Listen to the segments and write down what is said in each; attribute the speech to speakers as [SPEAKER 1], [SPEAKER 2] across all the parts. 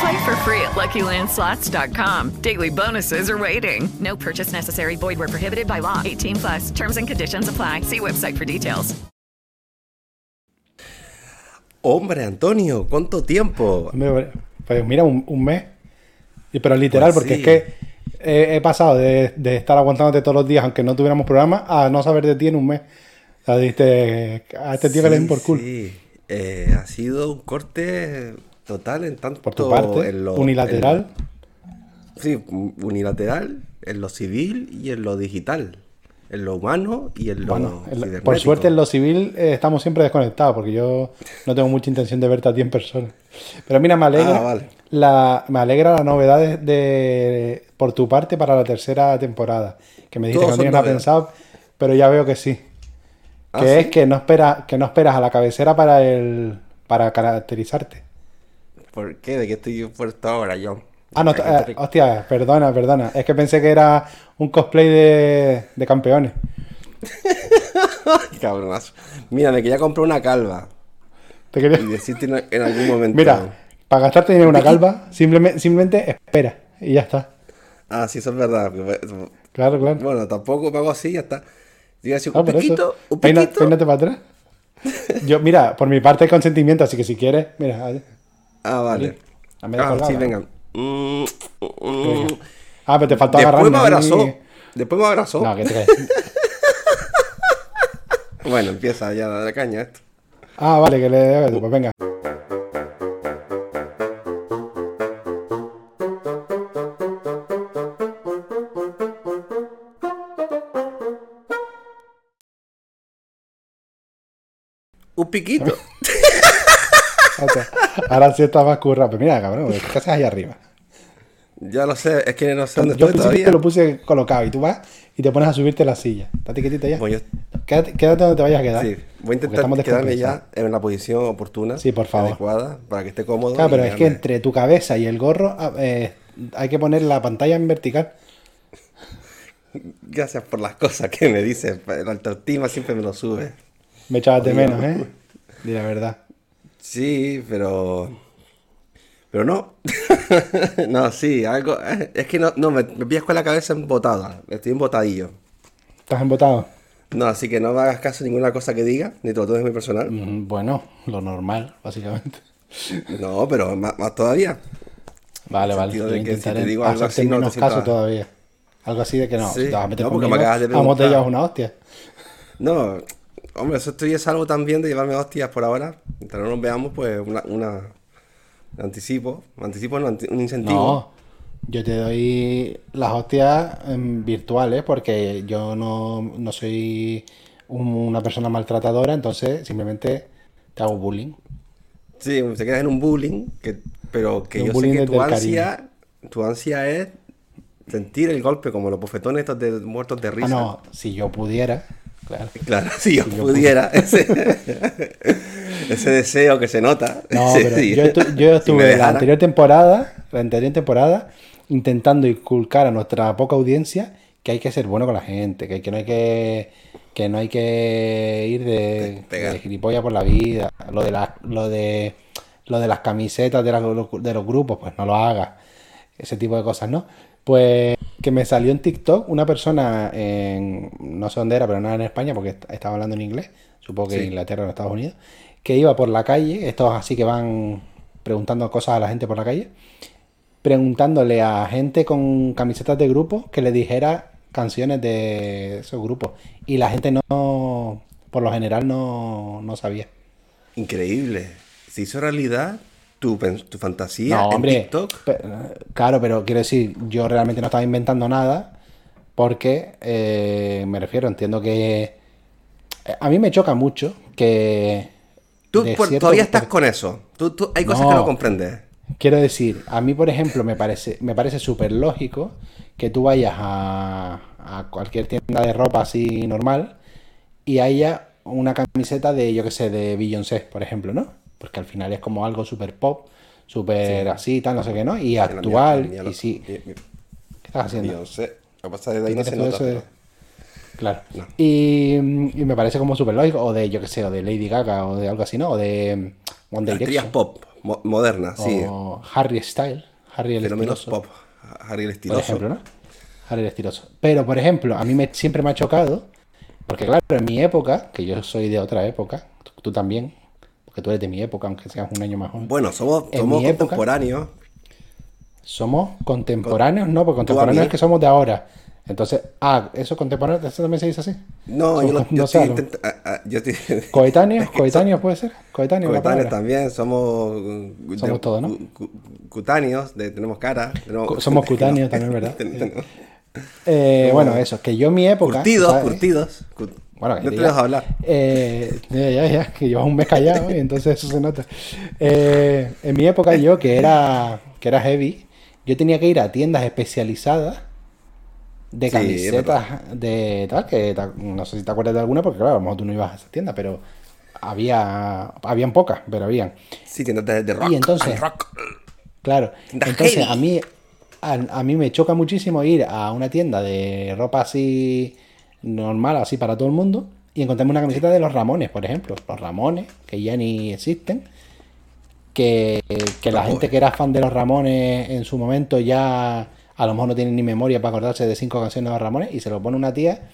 [SPEAKER 1] Play for free at LuckyLandSlots.com. Daily bonuses are waiting. No purchase necessary. Void where prohibited by law. 18 plus. Terms and conditions apply. See website for details.
[SPEAKER 2] Hombre, Antonio, ¿cuánto tiempo?
[SPEAKER 3] Hombre, Pues mira, un, un mes. Y- Pero literal,
[SPEAKER 2] Pues
[SPEAKER 3] porque
[SPEAKER 2] sí.
[SPEAKER 3] es que he, he pasado de, de estar aguantándote todos los días, aunque no tuviéramos programa, a no saber de ti en un mes. O sea, dijiste, a este tío que le den
[SPEAKER 2] Sí,
[SPEAKER 3] por culo.
[SPEAKER 2] sí. Eh, ha sido un corte total en tanto.
[SPEAKER 3] Por tu parte,
[SPEAKER 2] en lo-
[SPEAKER 3] unilateral.
[SPEAKER 2] en- sí, unilateral, en lo civil y en lo digital. En lo humano y en lo.
[SPEAKER 3] Bueno, en lo- por
[SPEAKER 2] cibernético.
[SPEAKER 3] suerte en lo civil eh, estamos siempre desconectados porque yo no tengo mucha intención de verte a ti en persona. Pero mira, me alegra,
[SPEAKER 2] Ah, vale.
[SPEAKER 3] la, me alegra las novedades de, por tu parte para la tercera temporada. Que me dijiste
[SPEAKER 2] Todos son
[SPEAKER 3] que no tienes nada
[SPEAKER 2] novedades.
[SPEAKER 3] pensado, pero ya veo que sí.
[SPEAKER 2] Ah,
[SPEAKER 3] que
[SPEAKER 2] ¿sí?
[SPEAKER 3] es que no, espera, que no esperas a la cabecera para, el, para caracterizarte.
[SPEAKER 2] ¿Por qué? ¿De qué estoy puesto ahora, John?
[SPEAKER 3] Ah, no, t- eh, hostia, perdona, perdona. Es que pensé que era un cosplay de, de campeones.
[SPEAKER 2] Cabronazo. Mira, me quería comprar una calva
[SPEAKER 3] Te quería...
[SPEAKER 2] y decirte en, en algún momento.
[SPEAKER 3] Mira, para gastarte dinero en una calva, simplemente, simplemente espera y ya está.
[SPEAKER 2] Ah, sí, eso es verdad. porque-
[SPEAKER 3] Claro, claro.
[SPEAKER 2] Bueno, tampoco me hago así, ya está. Digo así,
[SPEAKER 3] Ah,
[SPEAKER 2] un
[SPEAKER 3] por eso.
[SPEAKER 2] piquito, un
[SPEAKER 3] Peina-
[SPEAKER 2] piquito.
[SPEAKER 3] peínate para atrás. Yo, mira, por mi parte hay consentimiento, así que si quieres, mira. a-
[SPEAKER 2] Ah, vale.
[SPEAKER 3] A media
[SPEAKER 2] Ah,
[SPEAKER 3] colgada,
[SPEAKER 2] sí,
[SPEAKER 3] ¿no?
[SPEAKER 2] venga. Mm, mm,
[SPEAKER 3] Ah, pero te faltó
[SPEAKER 2] Después me
[SPEAKER 3] agarrarme. a mí.
[SPEAKER 2] abrazó. Después me abrazó.
[SPEAKER 3] No, que te
[SPEAKER 2] Bueno, empieza ya la caña esto.
[SPEAKER 3] Ah, vale, que le pues venga.
[SPEAKER 2] Un piquito.
[SPEAKER 3] Hasta- Ahora sí está más currado. Pero mira, cabrón, ¿qué haces ahí arriba?
[SPEAKER 2] ya lo sé, es que no sé
[SPEAKER 3] Yo al
[SPEAKER 2] dónde estoy
[SPEAKER 3] principio
[SPEAKER 2] todavía.
[SPEAKER 3] te lo puse colocado y tú vas y te pones a subirte la silla. Estate quietita ya.
[SPEAKER 2] Bueno,
[SPEAKER 3] Quédate, quédate donde te vayas a quedar.
[SPEAKER 2] Sí, voy a
[SPEAKER 3] porque estamos
[SPEAKER 2] intentar quedarme
[SPEAKER 3] descompensados.
[SPEAKER 2] ya en la posición oportuna.
[SPEAKER 3] Sí, por favor.
[SPEAKER 2] Adecuada, para que esté cómodo.
[SPEAKER 3] Claro,
[SPEAKER 2] y
[SPEAKER 3] pero es que
[SPEAKER 2] llegarme.
[SPEAKER 3] entre tu cabeza y el gorro ah, eh, hay que poner la pantalla en vertical.
[SPEAKER 2] Gracias por las cosas que me dices. La autoestima siempre me lo sube.
[SPEAKER 3] Me echabas de
[SPEAKER 2] Oye,
[SPEAKER 3] menos, ¿eh? Di la verdad.
[SPEAKER 2] Sí, pero. Pero no. no, sí, algo. eh, Es que no, no me, me pillas con la cabeza embotada. Estoy embotadillo.
[SPEAKER 3] ¿Estás embotado?
[SPEAKER 2] No, así que no me hagas caso a ninguna cosa que diga, ni te lo tomes muy personal.
[SPEAKER 3] Mm, Bueno, lo normal, básicamente.
[SPEAKER 2] No, pero más, más todavía.
[SPEAKER 3] Vale,
[SPEAKER 2] el
[SPEAKER 3] vale.
[SPEAKER 2] sentido
[SPEAKER 3] Yo
[SPEAKER 2] de que si
[SPEAKER 3] intentaré
[SPEAKER 2] te digo algo
[SPEAKER 3] hacerte
[SPEAKER 2] así, no te
[SPEAKER 3] menos
[SPEAKER 2] sientas-
[SPEAKER 3] caso todavía. Algo así de que no,
[SPEAKER 2] Sí,
[SPEAKER 3] si te vas a meter
[SPEAKER 2] no, porque me
[SPEAKER 3] conmigo,
[SPEAKER 2] acabas de
[SPEAKER 3] vamos, te
[SPEAKER 2] preguntar.
[SPEAKER 3] llevas una hostia.
[SPEAKER 2] No, hombre, eso estoy a salvo también de llevarme hostias por ahora. Mientras no nos veamos, pues una, una- un anticipo. Un anticipo no, anti- un
[SPEAKER 3] No,
[SPEAKER 2] incentivo.
[SPEAKER 3] yo te doy las hostias em, virtuales porque yo no, no soy un- una persona maltratadora, entonces simplemente te hago bullying.
[SPEAKER 2] Sí, te quedas en un bullying, que, pero que
[SPEAKER 3] Un
[SPEAKER 2] yo sé
[SPEAKER 3] bullying
[SPEAKER 2] que
[SPEAKER 3] desde
[SPEAKER 2] tu
[SPEAKER 3] el cariño.
[SPEAKER 2] ansia, tu ansia es sentir el golpe, como los bofetones estos de muertos de
[SPEAKER 3] Ah,
[SPEAKER 2] risa.
[SPEAKER 3] no, si yo pudiera, claro.
[SPEAKER 2] Claro, si yo
[SPEAKER 3] Si yo
[SPEAKER 2] pudiera, ese, ese deseo que se nota.
[SPEAKER 3] No,
[SPEAKER 2] sí,
[SPEAKER 3] pero
[SPEAKER 2] sí.
[SPEAKER 3] yo, estu-
[SPEAKER 2] Si
[SPEAKER 3] yo
[SPEAKER 2] me
[SPEAKER 3] estuve la
[SPEAKER 2] dejara.
[SPEAKER 3] anterior temporada, la anterior temporada, intentando inculcar a nuestra poca audiencia que hay que ser bueno con la gente, que, que no hay que que no hay que ir de,
[SPEAKER 2] Pe- pegar.
[SPEAKER 3] de gilipollas por la vida, lo de las lo de lo de las camisetas de, las- de los grupos, pues no lo hagas, ese tipo de cosas, ¿no? Pues que me salió en TikTok una persona en no sé dónde era, pero no era en España porque est- estaba hablando en inglés, supongo que
[SPEAKER 2] Sí.
[SPEAKER 3] Inglaterra o Estados Unidos, que iba por la calle, estos así que van preguntando cosas a la gente por la calle, preguntándole a gente con camisetas de grupo que le dijera canciones de esos grupos. Y la gente no, por lo general no, no sabía.
[SPEAKER 2] Increíble. Se hizo realidad tu, pen- tu fantasía
[SPEAKER 3] No,
[SPEAKER 2] en
[SPEAKER 3] hombre.
[SPEAKER 2] TikTok.
[SPEAKER 3] pe- claro, pero quiero decir, yo realmente no estaba inventando nada porque eh, me refiero, entiendo que... eh, A mí me choca mucho que...
[SPEAKER 2] Tú
[SPEAKER 3] de
[SPEAKER 2] por-
[SPEAKER 3] cierto-
[SPEAKER 2] todavía estás con eso. Tú, tú- hay cosas que
[SPEAKER 3] No.
[SPEAKER 2] no comprendes.
[SPEAKER 3] Quiero decir, a mí, por ejemplo, me parece, me parece súper lógico que tú vayas a, a cualquier tienda de ropa así normal y haya una camiseta de, yo qué sé, de Beyoncé, por ejemplo, ¿no? Porque al final es como algo súper pop, súper así, tal, no sé qué, ¿no? Y
[SPEAKER 2] Mira,
[SPEAKER 3] actual,
[SPEAKER 2] mira, mira,
[SPEAKER 3] y sí.
[SPEAKER 2] mira, mira,
[SPEAKER 3] ¿Qué estás haciendo?
[SPEAKER 2] Yo sé. Lo que pasa es que de ahí no
[SPEAKER 3] Entonces,
[SPEAKER 2] se
[SPEAKER 3] todo
[SPEAKER 2] nota.
[SPEAKER 3] eso de-
[SPEAKER 2] pero-
[SPEAKER 3] Claro.
[SPEAKER 2] No.
[SPEAKER 3] Y, mm, y me parece como súper lógico, o de, yo qué sé, o de Lady Gaga, o de algo así, ¿no? O de mm, One
[SPEAKER 2] Las crías
[SPEAKER 3] Direction,
[SPEAKER 2] pop, mo- modernas, sí.
[SPEAKER 3] o Harry Style, Harry Oh, el
[SPEAKER 2] Fenómenos
[SPEAKER 3] Estiloso.
[SPEAKER 2] pop. Harry el
[SPEAKER 3] por
[SPEAKER 2] Estiloso.
[SPEAKER 3] ejemplo, ¿no? Harry el estiloso. Pero, por ejemplo, a mí me, siempre me ha chocado, porque claro, en mi época, que yo soy de otra época, tú, tú también, porque tú eres de mi época, aunque seas un año más joven.
[SPEAKER 2] Bueno, somos,
[SPEAKER 3] En
[SPEAKER 2] somos
[SPEAKER 3] mi época-
[SPEAKER 2] contemporáneos.
[SPEAKER 3] somos contemporáneos, no, porque
[SPEAKER 2] mí.
[SPEAKER 3] contemporáneos es que somos de ahora. Entonces, ah, eso contemporáneo, eso también se dice así.
[SPEAKER 2] No, yo,
[SPEAKER 3] Son-
[SPEAKER 2] lo- yo
[SPEAKER 3] sé,
[SPEAKER 2] estoy
[SPEAKER 3] a lo-
[SPEAKER 2] intenta- ah, ah, yo estoy-
[SPEAKER 3] Coetáneos, coetáneos puede ser. Coetáneos, la
[SPEAKER 2] Coetáneos
[SPEAKER 3] palabra.
[SPEAKER 2] también, somos, cu-
[SPEAKER 3] Somos todos, ¿no?
[SPEAKER 2] cu- cu- Cutáneos, de- tenemos cara. tenemos-
[SPEAKER 3] Cu- somos cutáneos también, ¿verdad?
[SPEAKER 2] Tenemos-
[SPEAKER 3] Eh, bueno, eso, que yo en mi época.
[SPEAKER 2] Curtidos,
[SPEAKER 3] ¿sabes?
[SPEAKER 2] curtidos. cu-
[SPEAKER 3] Bueno, que
[SPEAKER 2] eh, no te
[SPEAKER 3] diga-
[SPEAKER 2] dejas hablar.
[SPEAKER 3] Eh, ya, ya, ya, que llevas un mes callado y entonces eso se nota. Eh, en mi época yo, que era, que era heavy, yo tenía que ir a tiendas especializadas de
[SPEAKER 2] Sí, es verdad.
[SPEAKER 3] camisetas de tal, que ta- no sé si te acuerdas de alguna, porque claro, a lo mejor tú no ibas a esa tienda, pero había, habían pocas, pero habían.
[SPEAKER 2] Sí, tiendas de, de rock.
[SPEAKER 3] Y entonces,
[SPEAKER 2] and rock.
[SPEAKER 3] Claro,
[SPEAKER 2] Tiendas
[SPEAKER 3] entonces
[SPEAKER 2] heavy.
[SPEAKER 3] a mí, a, a mí me choca muchísimo ir a una tienda de ropa así normal, así para todo el mundo, y encontrarme una camiseta de los Ramones, por ejemplo. Los Ramones, que ya ni existen, que, que la gente que era fan de los Ramones en su momento ya a lo mejor no tiene ni memoria para acordarse de cinco canciones de los Ramones, y se lo pone una tía,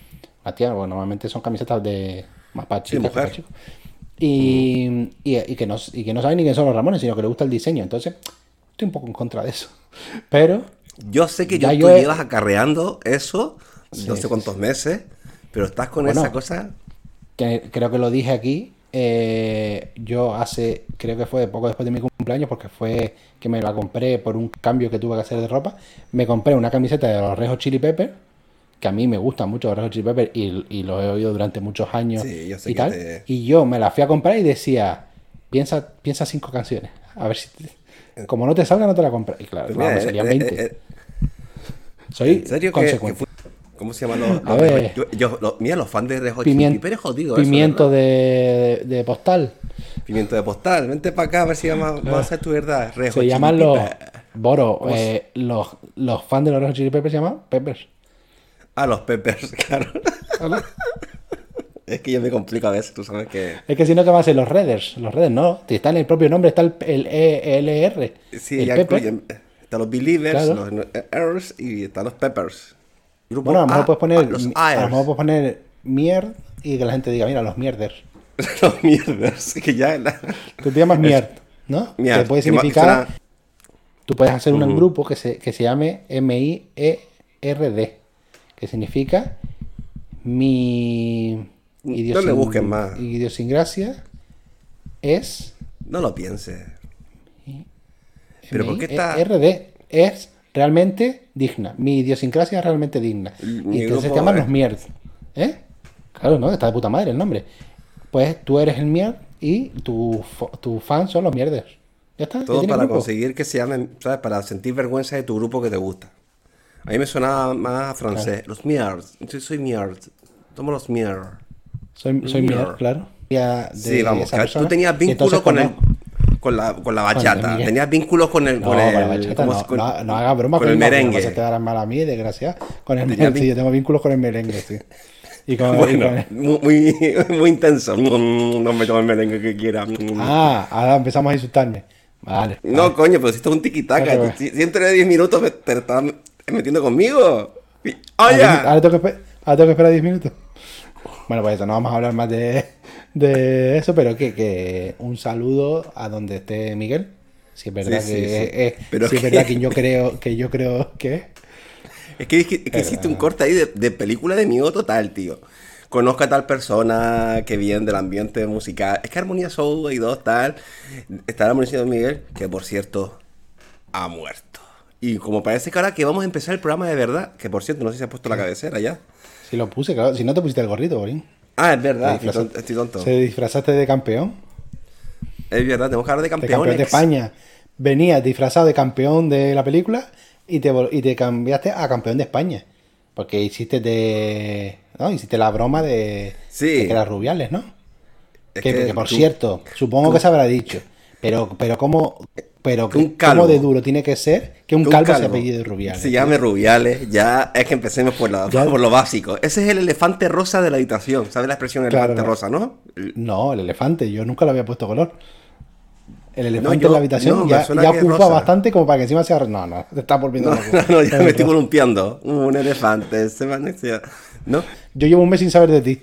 [SPEAKER 3] una tía, bueno, normalmente son camisetas de más para chicas que para
[SPEAKER 2] mujer.
[SPEAKER 3] chicos. Y, y, y que no, y que no sabe ni quién son los Ramones, sino que le gusta el diseño. Entonces, estoy un poco en contra de eso. Pero,
[SPEAKER 2] Yo sé que yo,
[SPEAKER 3] Ya
[SPEAKER 2] tú
[SPEAKER 3] yo he-
[SPEAKER 2] llevas acarreando eso no sé
[SPEAKER 3] sí,
[SPEAKER 2] cuántos meses, pero estás con
[SPEAKER 3] Bueno.
[SPEAKER 2] esa cosa.
[SPEAKER 3] que creo que lo dije aquí, eh, yo hace, creo que fue poco después de mi cumpleaños, porque fue que me la compré por un cambio que tuve que hacer de ropa, me compré una camiseta de los Rejos Chili Pepper, que a mí me gustan mucho los Red Hot Chili Pepper y, y los he oído durante muchos años
[SPEAKER 2] Sí, yo sé
[SPEAKER 3] y
[SPEAKER 2] que
[SPEAKER 3] tal,
[SPEAKER 2] te-
[SPEAKER 3] y yo me la fui a comprar y decía, piensa, piensa cinco canciones, a ver si... te- Como no te salga, no te la compras. Y claro,
[SPEAKER 2] Pero
[SPEAKER 3] vamos,
[SPEAKER 2] mira,
[SPEAKER 3] serían
[SPEAKER 2] eh,
[SPEAKER 3] 20.
[SPEAKER 2] eh, eh,
[SPEAKER 3] Soy
[SPEAKER 2] ¿En serio que, que
[SPEAKER 3] consecuente.
[SPEAKER 2] fue- ¿Cómo se llaman los,
[SPEAKER 3] A
[SPEAKER 2] los Red Hot-
[SPEAKER 3] ver.
[SPEAKER 2] yo- yo- los- Mira, los fans de Rejo
[SPEAKER 3] Pimien-
[SPEAKER 2] jodido eso,
[SPEAKER 3] pimiento
[SPEAKER 2] ¿verdad?
[SPEAKER 3] de, de postal.
[SPEAKER 2] Pimiento de postal. Vente para acá a ver si llama- vamos a hacer tu verdad. Rejo
[SPEAKER 3] Ah. Se llaman los. Boro, eh, los, los fans de los Red Hot Chili Peppers se llaman Peppers.
[SPEAKER 2] A los peppers, claro. es que yo me complico a veces, tú sabes que.
[SPEAKER 3] Es que si no, ¿qué va a ser? Los Redders. Los Redders no. Si está en el propio nombre, está el, el ELR.
[SPEAKER 2] Sí,
[SPEAKER 3] el
[SPEAKER 2] ya
[SPEAKER 3] Pepper.
[SPEAKER 2] incluyen- Están los believers,
[SPEAKER 3] Claro.
[SPEAKER 2] los errors y están los peppers. Grupo
[SPEAKER 3] Bueno, a lo mejor puedes poner.
[SPEAKER 2] ah, los
[SPEAKER 3] a lo
[SPEAKER 2] airs.
[SPEAKER 3] mejor puedes poner Mierd y que la gente diga, mira, los Mierders.
[SPEAKER 2] los mierders, que ya. la-
[SPEAKER 3] Tú te llamas Mierd, ¿no?
[SPEAKER 2] Mierda,
[SPEAKER 3] Que puede
[SPEAKER 2] que ma-
[SPEAKER 3] significar.
[SPEAKER 2] suena-
[SPEAKER 3] Tú puedes hacer un grupo que se, que se llame M-I-E-R-D, que significa mi
[SPEAKER 2] No le busques más.
[SPEAKER 3] idiosincrasia es
[SPEAKER 2] No lo pienses. Pero
[SPEAKER 3] E,
[SPEAKER 2] ¿por qué está-
[SPEAKER 3] M-I-E-R-D, es realmente digna. Mi idiosincrasia es realmente digna.
[SPEAKER 2] Mi
[SPEAKER 3] y entonces
[SPEAKER 2] grupo
[SPEAKER 3] te llaman
[SPEAKER 2] es-
[SPEAKER 3] los mierds. ¿Eh? Claro, ¿no? Está de puta madre el nombre. Pues tú eres el mierd y tus fo- tus fans son los mierdes. Ya está. ya
[SPEAKER 2] Todo
[SPEAKER 3] tienes
[SPEAKER 2] para
[SPEAKER 3] grupo.
[SPEAKER 2] conseguir que se llamen, ¿sabes? Para sentir vergüenza de tu grupo que te gusta. A mí me sonaba más a francés. Los mierds. Yo soy mierd. Somos los mierd.
[SPEAKER 3] Soy, soy
[SPEAKER 2] Mira.
[SPEAKER 3] mier, claro. Ya de
[SPEAKER 2] Mm. Sí, vamos,
[SPEAKER 3] esa
[SPEAKER 2] que
[SPEAKER 3] persona.
[SPEAKER 2] tú tenías
[SPEAKER 3] Y
[SPEAKER 2] vínculo
[SPEAKER 3] entonces,
[SPEAKER 2] con el
[SPEAKER 3] pues,
[SPEAKER 2] con la, con la bachata,
[SPEAKER 3] Miguel.
[SPEAKER 2] tenías vínculo con el
[SPEAKER 3] No,
[SPEAKER 2] con
[SPEAKER 3] No,
[SPEAKER 2] el
[SPEAKER 3] con la bachata
[SPEAKER 2] ¿cómo
[SPEAKER 3] no,
[SPEAKER 2] se- con-
[SPEAKER 3] no, no hagas broma
[SPEAKER 2] con el
[SPEAKER 3] Se te
[SPEAKER 2] merengue.
[SPEAKER 3] darán mal a mí, desgraciado. Con el
[SPEAKER 2] Tenía
[SPEAKER 3] merengue, sí,
[SPEAKER 2] vin-
[SPEAKER 3] yo tengo vínculos con el merengue, sí. Y con, y con
[SPEAKER 2] Bueno,
[SPEAKER 3] el-
[SPEAKER 2] muy, muy, muy intenso. Mm, No me tomo el merengue que quiera. Mm.
[SPEAKER 3] Ah, ahora empezamos a insultarme. Vale.
[SPEAKER 2] No, coño, pero si esto es un tiquitaca.
[SPEAKER 3] Claro.
[SPEAKER 2] tú- Si, si entre 10 minutos me- te estás metiendo conmigo. Y-
[SPEAKER 3] Ahora,
[SPEAKER 2] ¡Oye!
[SPEAKER 3] ahora tengo que, espe- ahora tengo que esperar 10 minutos. Bueno, pues eso, no vamos a hablar más de, de eso, pero que, que un saludo a donde esté Miguel. Si es verdad
[SPEAKER 2] Sí, sí,
[SPEAKER 3] que
[SPEAKER 2] sí.
[SPEAKER 3] es- es-
[SPEAKER 2] Pero
[SPEAKER 3] si es
[SPEAKER 2] que-
[SPEAKER 3] verdad que yo creo que yo creo que es. Ah.
[SPEAKER 2] Es que, dije- es que hiciste un corte ahí de, de película de miedo total, tío. conozco a tal persona que viene del ambiente musical. Es que Armonía Soul y dos tal. Está la Armonía de Miguel, que por cierto, ha muerto. Y como parece que ahora que vamos a empezar el programa de verdad, que por cierto, no sé si has puesto la cabecera ya.
[SPEAKER 3] Si lo puse, claro. Si no te pusiste el gorrito, Borín.
[SPEAKER 2] Ah, es verdad,
[SPEAKER 3] Te
[SPEAKER 2] estoy
[SPEAKER 3] disfrazaste-
[SPEAKER 2] tonto. estoy tonto.
[SPEAKER 3] Se disfrazaste de campeón.
[SPEAKER 2] Es verdad, tenemos que hablar de
[SPEAKER 3] De
[SPEAKER 2] campeones.
[SPEAKER 3] campeón de España. Venías disfrazado de campeón de la película y te, vol- y te cambiaste a campeón de España. Porque hiciste de. ¿no? Hiciste la broma de,
[SPEAKER 2] Sí.
[SPEAKER 3] de que las rubiales, ¿no?
[SPEAKER 2] Es
[SPEAKER 3] que, que, por
[SPEAKER 2] tú-
[SPEAKER 3] cierto, supongo que se habrá dicho. Pero, pero cómo. Pero
[SPEAKER 2] Que un
[SPEAKER 3] cómo
[SPEAKER 2] calvo.
[SPEAKER 3] de duro tiene que ser que un,
[SPEAKER 2] tú
[SPEAKER 3] calvo, se apellide Rubiales.
[SPEAKER 2] Se llame Rubiales, ya es que empecemos por, la-
[SPEAKER 3] Ya.
[SPEAKER 2] por lo básico. Ese es el elefante rosa de la habitación, ¿sabes la expresión
[SPEAKER 3] Claro,
[SPEAKER 2] elefante
[SPEAKER 3] no.
[SPEAKER 2] rosa, no? El-
[SPEAKER 3] No, el elefante, yo nunca le había puesto color. El elefante
[SPEAKER 2] yo-
[SPEAKER 3] en la habitación
[SPEAKER 2] no, me
[SPEAKER 3] ya,
[SPEAKER 2] suena
[SPEAKER 3] ya
[SPEAKER 2] que es
[SPEAKER 3] ocupa
[SPEAKER 2] rosa.
[SPEAKER 3] bastante como para que encima sea. No, no, te estás volviendo
[SPEAKER 2] No,
[SPEAKER 3] loco.
[SPEAKER 2] no, no, ya me estoy
[SPEAKER 3] Estás-
[SPEAKER 2] columpiando. Un elefante, se va ¿no?
[SPEAKER 3] Yo llevo un mes sin saber de ti.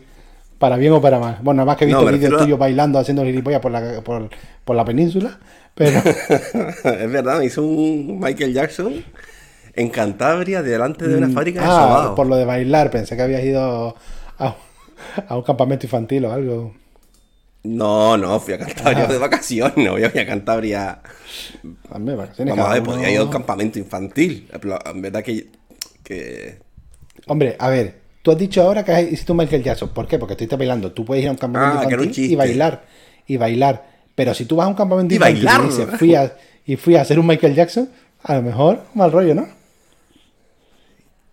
[SPEAKER 3] Para bien o para mal. Bueno, nada más que he
[SPEAKER 2] No,
[SPEAKER 3] visto
[SPEAKER 2] me
[SPEAKER 3] vídeos
[SPEAKER 2] refiero a-
[SPEAKER 3] tuyos bailando, haciendo gilipollas por la, por, por la península. Pero
[SPEAKER 2] es verdad, me hizo un Michael Jackson en Cantabria delante de una fábrica de
[SPEAKER 3] ah,
[SPEAKER 2] sobao.
[SPEAKER 3] por lo de bailar, pensé que habías ido a, un- a un campamento infantil o algo.
[SPEAKER 2] No, no, fui a Cantabria
[SPEAKER 3] Ah.
[SPEAKER 2] de vacaciones, no, yo fui a Cantabria.
[SPEAKER 3] También, vacaciones,
[SPEAKER 2] Vamos a
[SPEAKER 3] cada
[SPEAKER 2] ver, pues,
[SPEAKER 3] uno.
[SPEAKER 2] podía ir a un campamento infantil. Pero En verdad que, que
[SPEAKER 3] Hombre, a ver, tú has dicho ahora que has- hiciste un Michael Jackson. ¿Por qué? Porque estuviste bailando. Tú puedes ir a un campamento
[SPEAKER 2] Ah, que era un
[SPEAKER 3] infantil y
[SPEAKER 2] chiste.
[SPEAKER 3] bailar. Y bailar. Pero si tú vas a un campamento
[SPEAKER 2] Y
[SPEAKER 3] infantil
[SPEAKER 2] bailar.
[SPEAKER 3] dices, fui a, y fui a hacer un Michael Jackson, a lo mejor mal rollo, ¿no?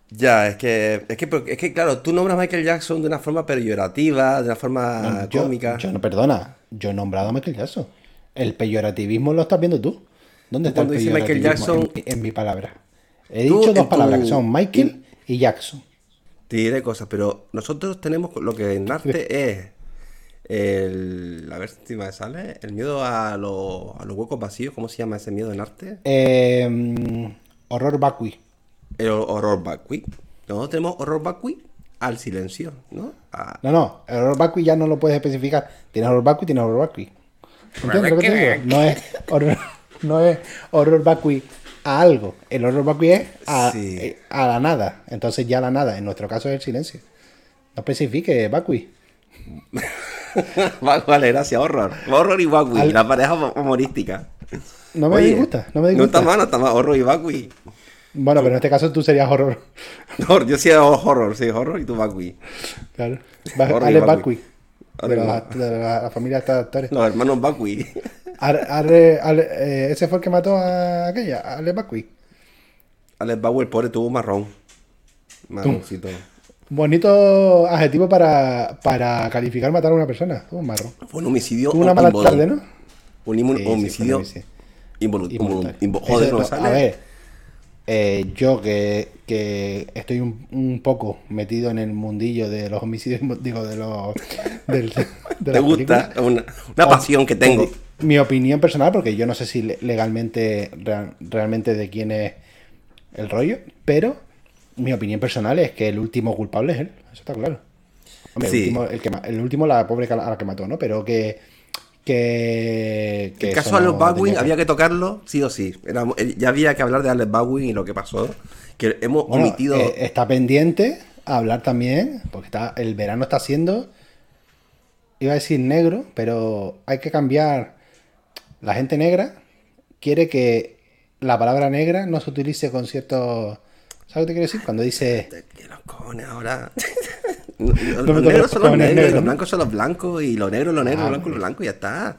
[SPEAKER 2] Ya, es que, es que, es que, claro, tú nombras a Michael Jackson de una forma peyorativa, de una forma
[SPEAKER 3] yo,
[SPEAKER 2] Ah, cómica.
[SPEAKER 3] yo no, perdona, yo he nombrado a Michael Jackson. El peyorativismo lo estás viendo tú. ¿Dónde está el
[SPEAKER 2] Cuando dice Michael
[SPEAKER 3] peyorativismo en
[SPEAKER 2] Jackson-
[SPEAKER 3] mi- en, mi palabra? He
[SPEAKER 2] Tú
[SPEAKER 3] dicho
[SPEAKER 2] en
[SPEAKER 3] dos palabras,
[SPEAKER 2] tu-
[SPEAKER 3] que son Michael y Jackson.
[SPEAKER 2] Te diré cosas, pero nosotros tenemos lo que en arte es el. A ver si me sale. El miedo a, lo- a los huecos vacíos. ¿Cómo se llama ese miedo en arte?
[SPEAKER 3] Eh, mm, horror vacui.
[SPEAKER 2] El horror vacui. Nosotros tenemos horror vacui al silencio, ¿no? A-
[SPEAKER 3] No, no, el horror vacui ya no lo puedes especificar. Tienes horror vacui, tienes horror vacui. ¿Entiendes lo que te digo? No es horror, no es horror vacui a algo. El horror vacui es a,
[SPEAKER 2] Sí.
[SPEAKER 3] eh, a la nada. Entonces ya la nada, en nuestro caso es el silencio. No especifique vacui.
[SPEAKER 2] vale, gracias, horror. Horror y vacui,
[SPEAKER 3] Al-
[SPEAKER 2] la pareja humorística.
[SPEAKER 3] No me disgusta, no me
[SPEAKER 2] No
[SPEAKER 3] disgusta.
[SPEAKER 2] está mal, no está mal. Horror y vacui.
[SPEAKER 3] Bueno, pero en este caso tú serías horror.
[SPEAKER 2] No, yo sí hago horror, sí, horror y tú vacui.
[SPEAKER 3] Claro. Va-
[SPEAKER 2] Horror y
[SPEAKER 3] Alex
[SPEAKER 2] Bakui.
[SPEAKER 3] Bakui. De
[SPEAKER 2] Horror y
[SPEAKER 3] la, de la- la familia de estos actores.
[SPEAKER 2] Los hermanos vacui.
[SPEAKER 3] Ar- arre- ale- eh, ese fue el que mató a aquella, a Alex Bakui.
[SPEAKER 2] Alex Bauer, pobre, tuvo marrón. Marroncito.
[SPEAKER 3] Bonito adjetivo para, para calificar matar a una persona. Tuvo Un marro.
[SPEAKER 2] Fue un homicidio.
[SPEAKER 3] Tuvo una mala tarde, ¿no?
[SPEAKER 2] Un inmo-
[SPEAKER 3] Sí, sí, fue un
[SPEAKER 2] homicidio
[SPEAKER 3] homicidio.
[SPEAKER 2] involuntario.
[SPEAKER 3] Involuntario.
[SPEAKER 2] Joder,
[SPEAKER 3] Eso
[SPEAKER 2] no
[SPEAKER 3] no-
[SPEAKER 2] sale.
[SPEAKER 3] A ver, eh, yo que, que estoy un, un poco metido en el mundillo de los homicidios, digo, de los. del- de
[SPEAKER 2] ¿Te
[SPEAKER 3] las
[SPEAKER 2] gusta?
[SPEAKER 3] películas.
[SPEAKER 2] Una, una
[SPEAKER 3] O-
[SPEAKER 2] pasión que tengo.
[SPEAKER 3] Mi opinión personal, porque yo no sé si le- legalmente, real- realmente de quién es el rollo, pero mi opinión personal es que el último culpable es él, eso está claro. Hombre,
[SPEAKER 2] Sí.
[SPEAKER 3] el, último, el que ma- el último, la pobre que- a la que mató, ¿no? Pero que. que, que
[SPEAKER 2] el
[SPEAKER 3] eso
[SPEAKER 2] caso de Alex
[SPEAKER 3] no
[SPEAKER 2] Baldwin
[SPEAKER 3] tenía
[SPEAKER 2] había que tocarlo sí o sí. Era- ya había que hablar de Alex Baldwin y lo que pasó. Que hemos
[SPEAKER 3] Bueno,
[SPEAKER 2] omitido.
[SPEAKER 3] eh, está pendiente a hablar también, porque está, el verano está siendo, iba a decir negro, pero hay que cambiar. La gente negra quiere que la palabra negra no se utilice con ciertos... ¿Sabes lo que te quiero decir? Cuando dice...
[SPEAKER 2] ¿Qué los cojones ahora?
[SPEAKER 3] me
[SPEAKER 2] los
[SPEAKER 3] toques
[SPEAKER 2] negros son los
[SPEAKER 3] cojones
[SPEAKER 2] negros, y los
[SPEAKER 3] negros, ¿no? Ah,
[SPEAKER 2] blancos son los blancos, y los negros, los negros, los blancos, los blancos, y ya está.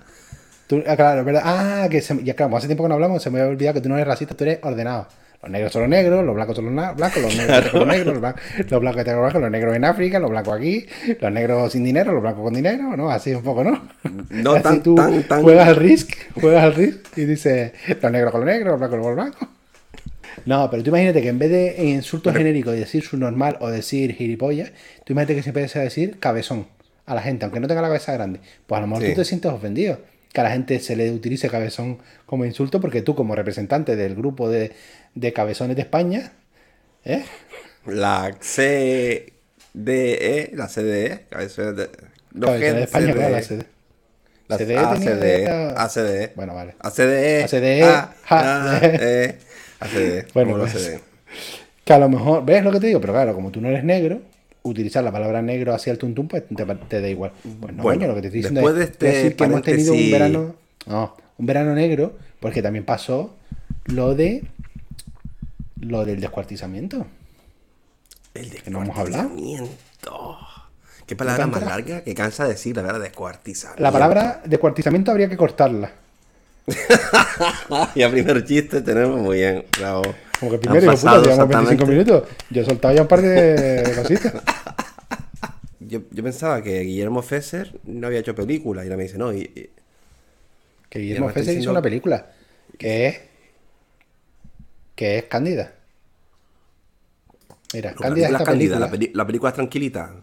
[SPEAKER 3] tú- ah, claro, ¿verdad? Ah, que se- ya claro, hace tiempo que no hablamos, se me había olvidado que tú no eres racista, tú eres ordenado. Los negros son los negros, los blancos son los na- blancos, los negros son los negros, los blan- los blancos son los blancos, los negros en África, los blancos aquí, los negros sin dinero, los blancos con dinero, ¿no? Así un poco, ¿no?
[SPEAKER 2] No
[SPEAKER 3] Así
[SPEAKER 2] tan-
[SPEAKER 3] tú
[SPEAKER 2] tan- tan-
[SPEAKER 3] juegas al Risk, juegas al Risk y dices los negros con los negros, los blancos con los blancos. No, pero tú imagínate que en vez de insultos genéricos y decir subnormal o decir gilipollas, tú imagínate que se empieza a decir cabezón a la gente, aunque no tenga la cabeza grande. Pues a lo mejor
[SPEAKER 2] Sí.
[SPEAKER 3] tú te sientes ofendido que a la gente se le utilice cabezón como insulto, porque tú, como representante del grupo de, de cabezones de España, ¿eh?
[SPEAKER 2] La CDE, la CDE, cabeza de. no,
[SPEAKER 3] Cabezones de
[SPEAKER 2] G,
[SPEAKER 3] España, claro, la
[SPEAKER 2] CDE.
[SPEAKER 3] CD.
[SPEAKER 2] La
[SPEAKER 3] CDE tenía
[SPEAKER 2] ACDE,
[SPEAKER 3] esta-
[SPEAKER 2] ACDE.
[SPEAKER 3] Bueno, vale.
[SPEAKER 2] ACDE.
[SPEAKER 3] ACDE,
[SPEAKER 2] A, E,
[SPEAKER 3] ja,
[SPEAKER 2] A, E, ACDE.
[SPEAKER 3] Bueno,
[SPEAKER 2] como la
[SPEAKER 3] pues.
[SPEAKER 2] CDE.
[SPEAKER 3] Que a lo mejor, ¿ves lo que te digo? Pero claro, como tú no eres negro, utilizar la palabra negro hacia el tuntún, pues te, te da igual. Pues no,
[SPEAKER 2] Bueno,
[SPEAKER 3] coño, lo que te estoy diciendo
[SPEAKER 2] después de
[SPEAKER 3] es
[SPEAKER 2] este
[SPEAKER 3] decir que hemos tenido un
[SPEAKER 2] paréntesis-
[SPEAKER 3] verano, no, un verano negro, porque también pasó lo de lo del descuartizamiento.
[SPEAKER 2] El
[SPEAKER 3] Que no hemos hablado.
[SPEAKER 2] descuartizamiento. Qué palabra más larga que cansa decir la verdad descuartizamiento.
[SPEAKER 3] La palabra descuartizamiento habría que cortarla.
[SPEAKER 2] y el primer chiste tenemos muy bien. Bravo.
[SPEAKER 3] Como que
[SPEAKER 2] Han
[SPEAKER 3] primero, digo, puta,
[SPEAKER 2] pasado
[SPEAKER 3] llevamos 25
[SPEAKER 2] exactamente-
[SPEAKER 3] minutos. Yo he soltado ya un par de cositas.
[SPEAKER 2] Yo, yo pensaba que Guillermo Fesser no había hecho película y ahora me dice, no, y, y- Ya
[SPEAKER 3] Que Guillermo
[SPEAKER 2] me estoy
[SPEAKER 3] Fesser hizo
[SPEAKER 2] diciendo-
[SPEAKER 3] una película que es que es Cándida. Mira,
[SPEAKER 2] no,
[SPEAKER 3] Cándida es
[SPEAKER 2] la película
[SPEAKER 3] esta
[SPEAKER 2] es Cándida,
[SPEAKER 3] película.
[SPEAKER 2] la, peli- la película es tranquilita.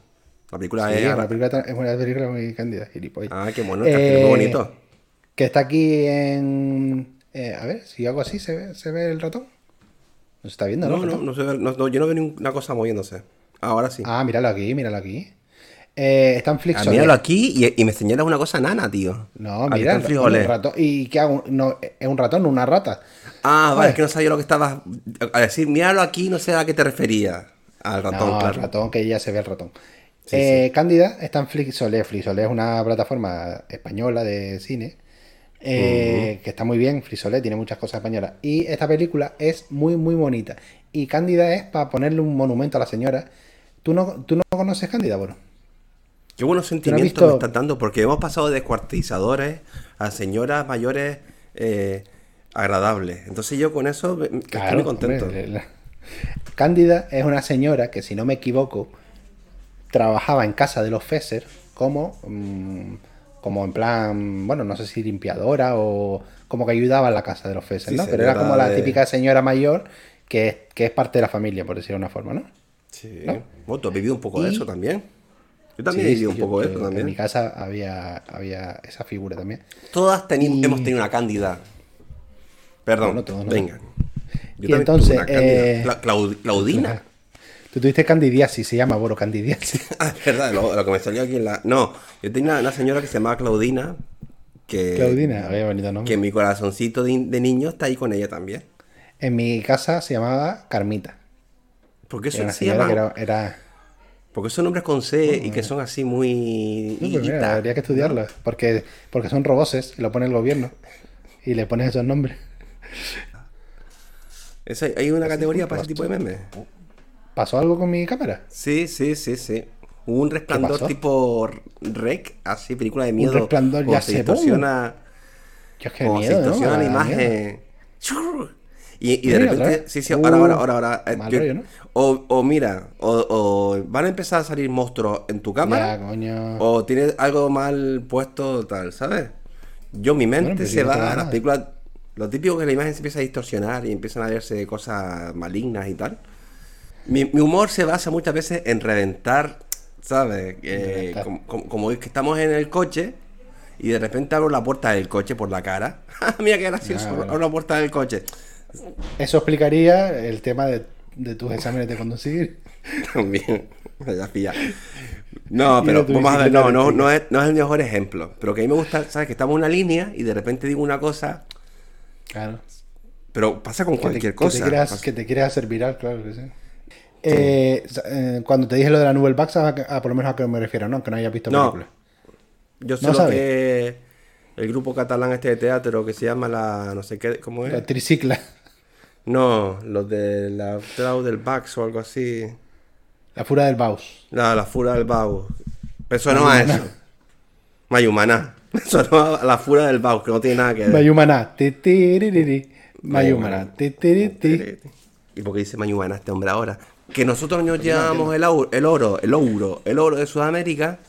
[SPEAKER 2] La película
[SPEAKER 3] Sí,
[SPEAKER 2] es...
[SPEAKER 3] es, una película, tan- es una película muy cándida, gilipollas. Eh,
[SPEAKER 2] Ah, qué bueno, el castillo, muy bonito.
[SPEAKER 3] Que está aquí en... eh, a ver, si hago así, ¿se ve, se ve el ratón? ¿No se está viendo?
[SPEAKER 2] No,
[SPEAKER 3] el
[SPEAKER 2] no,
[SPEAKER 3] ratón?
[SPEAKER 2] no, se ve- no, no, yo no veo ninguna cosa moviéndose. Ahora sí.
[SPEAKER 3] Ah, míralo aquí, míralo aquí. Eh, está en Flix
[SPEAKER 2] Ah,
[SPEAKER 3] Soria.
[SPEAKER 2] míralo aquí Ah, y, y me señalas una cosa nana, tío.
[SPEAKER 3] No,
[SPEAKER 2] Aquí
[SPEAKER 3] mira,
[SPEAKER 2] están
[SPEAKER 3] el ratón,
[SPEAKER 2] frijoles.
[SPEAKER 3] el ratón. ¿Y qué hago? No, es un ratón, no una rata.
[SPEAKER 2] Ah, vale,
[SPEAKER 3] Vale.
[SPEAKER 2] es que no sabía lo que estabas. A decir, míralo aquí, no sé a qué te refería. Al ratón,
[SPEAKER 3] no,
[SPEAKER 2] claro.
[SPEAKER 3] el ratón que ya se ve el ratón. Eh, Cándida está en Flixolé. Flixolé es una plataforma española de cine eh, que está muy bien. Flixolé tiene muchas cosas españolas. Y esta película es muy, muy bonita. Y Cándida es para ponerle un monumento a la señora. ¿Tú no, tú no conoces Cándida? Bueno,
[SPEAKER 2] Qué buenos sentimientos
[SPEAKER 3] visto?
[SPEAKER 2] me están dando, porque hemos pasado de descuartizadores a señoras mayores eh, agradables. Entonces yo con eso me- me- estoy muy contento.
[SPEAKER 3] hombre, eh, la- la- Cándida es una señora que, si no me equivoco, trabajaba en casa de los Fesser como, mm, como en plan, bueno, no sé si limpiadora o como que ayudaba en la casa de los Fesser,
[SPEAKER 2] Sí,
[SPEAKER 3] ¿no? Pero era
[SPEAKER 2] señora
[SPEAKER 3] como la
[SPEAKER 2] de-
[SPEAKER 3] típica señora mayor que es, que es parte de la familia, por decirlo de una forma, ¿no?
[SPEAKER 2] sí.
[SPEAKER 3] ¿no?
[SPEAKER 2] Bueno, tú has vivido un poco de
[SPEAKER 3] Y-
[SPEAKER 2] eso también. Yo también
[SPEAKER 3] Sí,
[SPEAKER 2] he vivido
[SPEAKER 3] sí,
[SPEAKER 2] un poco
[SPEAKER 3] yo-
[SPEAKER 2] de eso
[SPEAKER 3] yo- En mi
[SPEAKER 2] también.
[SPEAKER 3] casa había, había esa figura también.
[SPEAKER 2] Todas teni- hemos tenido una cándida. Perdón,
[SPEAKER 3] No, no, todos no.
[SPEAKER 2] venga.
[SPEAKER 3] Y
[SPEAKER 2] también tuve
[SPEAKER 3] entonces,
[SPEAKER 2] una cándida.
[SPEAKER 3] eh,
[SPEAKER 2] Cla- Claud- Claudina.
[SPEAKER 3] Tú tuviste candidiasis, se llama, bueno, candidiasis.
[SPEAKER 2] Ah, es verdad, lo, lo que me salió aquí en la. No, yo tenía una, una señora que se llamaba Claudina. Que,
[SPEAKER 3] Claudina, había venido nombre.
[SPEAKER 2] Eh, Que mi corazoncito de, de niño está ahí con ella también.
[SPEAKER 3] En mi casa se llamaba Carmita.
[SPEAKER 2] Porque
[SPEAKER 3] Era
[SPEAKER 2] eso
[SPEAKER 3] una
[SPEAKER 2] se
[SPEAKER 3] señora
[SPEAKER 2] llama.
[SPEAKER 3] que era, era-
[SPEAKER 2] Porque son nombres con C y que son así muy.
[SPEAKER 3] No, pues mira,
[SPEAKER 2] higuita.
[SPEAKER 3] habría que estudiarlo, porque, porque son roboses y lo pone el gobierno. Y le pones esos nombres.
[SPEAKER 2] Eso- hay una categoría para ese tipo de memes.
[SPEAKER 3] ¿Pasó algo con mi cámara?
[SPEAKER 2] Sí, sí, sí, sí. Hubo Un
[SPEAKER 3] pasó?
[SPEAKER 2] resplandor tipo rec, así, película de miedo.
[SPEAKER 3] resplandor,
[SPEAKER 2] como
[SPEAKER 3] ya
[SPEAKER 2] se
[SPEAKER 3] sé, ¡pum!
[SPEAKER 2] distorsiona.
[SPEAKER 3] Yo es que
[SPEAKER 2] Como se
[SPEAKER 3] miedo, ¿no?
[SPEAKER 2] distorsiona
[SPEAKER 3] Da
[SPEAKER 2] la
[SPEAKER 3] miedo.
[SPEAKER 2] imagen. ¡Chur! Y, y de
[SPEAKER 3] Mira, otra
[SPEAKER 2] repente,
[SPEAKER 3] vez.
[SPEAKER 2] sí, sí, ahora, ahora,
[SPEAKER 3] Uh,
[SPEAKER 2] ahora, ahora. eh,
[SPEAKER 3] mal
[SPEAKER 2] yo-
[SPEAKER 3] rollo, ¿no?
[SPEAKER 2] o, o mira, o, o van a empezar a salir monstruos en tu cámara,
[SPEAKER 3] Ya, coño.
[SPEAKER 2] o tienes algo mal puesto, tal, ¿sabes? Yo, mi mente
[SPEAKER 3] pero si
[SPEAKER 2] se
[SPEAKER 3] no te da
[SPEAKER 2] va a las
[SPEAKER 3] nada.
[SPEAKER 2] películas. Lo típico que la imagen se empieza a distorsionar y empiezan a verse cosas malignas y tal. Mi, mi humor se basa muchas veces en reventar, ¿sabes? Eh,
[SPEAKER 3] Reventar.
[SPEAKER 2] como, como- como es que estamos en el coche y de repente abro la puerta del coche por la cara. Mira qué gracioso,
[SPEAKER 3] Ah, bueno.
[SPEAKER 2] abro la puerta del coche.
[SPEAKER 3] Eso explicaría el tema de, de tus exámenes de conducir.
[SPEAKER 2] También, ya pilla. No,
[SPEAKER 3] Y
[SPEAKER 2] pero
[SPEAKER 3] de tu
[SPEAKER 2] vamos a ver, no,
[SPEAKER 3] bicicleta
[SPEAKER 2] no,
[SPEAKER 3] eléctrica.
[SPEAKER 2] no, es, no es el mejor ejemplo. Pero que a mí me gusta, ¿sabes? Que estamos en una línea y de repente digo una cosa,
[SPEAKER 3] Claro.
[SPEAKER 2] pero pasa con
[SPEAKER 3] Que te-
[SPEAKER 2] cualquier
[SPEAKER 3] Que
[SPEAKER 2] cosa.
[SPEAKER 3] te, quieras,
[SPEAKER 2] Pasa-
[SPEAKER 3] que te quieras hacer viral, claro que sí. Eh, sa- eh, cuando te dije lo de la nube back, sabes a, a por lo menos a qué me refiero, ¿no? Que no hayas visto
[SPEAKER 2] No.
[SPEAKER 3] película.
[SPEAKER 2] Yo sé
[SPEAKER 3] No
[SPEAKER 2] lo
[SPEAKER 3] sabe.
[SPEAKER 2] que el grupo catalán este de teatro que se llama la no sé qué, ¿cómo es?
[SPEAKER 3] La tricicla.
[SPEAKER 2] No, los de la Trau del Bax o algo así.
[SPEAKER 3] La fura del Baus.
[SPEAKER 2] La, la Fura del Baus. Me sonó a eso. Mayumana. Me sonó a la Fura del Baus, que no tiene nada que ver.
[SPEAKER 3] Mayumana. ti, ti, ri, ri, ri. Mayumana. ti, ti, ri, ti.
[SPEAKER 2] ¿Y por qué dice Mayumana este hombre ahora? Que nosotros nos llevamos el, au- el oro, el oro, el oro de Sudamérica,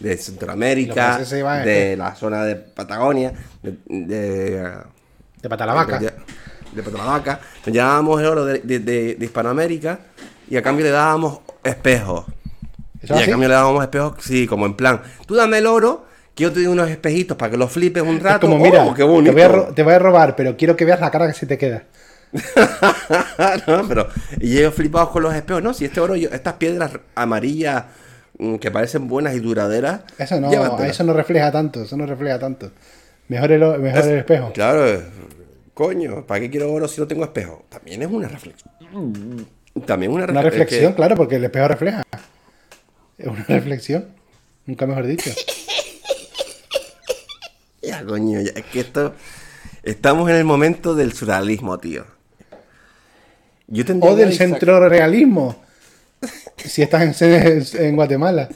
[SPEAKER 2] de
[SPEAKER 3] Los
[SPEAKER 2] Centroamérica,
[SPEAKER 3] franceses se van,
[SPEAKER 2] de
[SPEAKER 3] ¿eh?
[SPEAKER 2] la zona de Patagonia, de, de
[SPEAKER 3] De pata la vaca.
[SPEAKER 2] De, de Petalabaca. Nos llevábamos el oro de, de- de- de Hispanoamérica y a cambio le dábamos espejos.
[SPEAKER 3] ¿Eso
[SPEAKER 2] Y a
[SPEAKER 3] así?
[SPEAKER 2] cambio le dábamos espejos, sí, como en plan, tú dame el oro, que yo te doy unos espejitos para que los flipes un
[SPEAKER 3] Es
[SPEAKER 2] rato.
[SPEAKER 3] como,
[SPEAKER 2] ¡Oh,
[SPEAKER 3] mira,
[SPEAKER 2] qué
[SPEAKER 3] te,
[SPEAKER 2] bonito!
[SPEAKER 3] voy a ro- te voy a robar, pero quiero que veas la cara que se te queda.
[SPEAKER 2] No, pero y ellos flipados con los espejos. No, si este oro, yo- estas piedras amarillas mm, que parecen buenas y duraderas,
[SPEAKER 3] Eso no,
[SPEAKER 2] llévatelas.
[SPEAKER 3] eso no refleja tanto, eso no refleja tanto. Mejor el, o- mejor el espejo.
[SPEAKER 2] Claro, eh, coño, ¿para qué quiero oro si no tengo espejo? También es una reflexión. También es una,
[SPEAKER 3] Una
[SPEAKER 2] refle- es que-
[SPEAKER 3] reflexión, claro, porque el espejo refleja. Es una reflexión. Nunca mejor dicho.
[SPEAKER 2] Ya, coño, ya. Es que esto. Estamos en el momento del surrealismo, tío. Yo tendría
[SPEAKER 3] O del
[SPEAKER 2] que sac-
[SPEAKER 3] centro realismo. Si estás en, en Guatemala.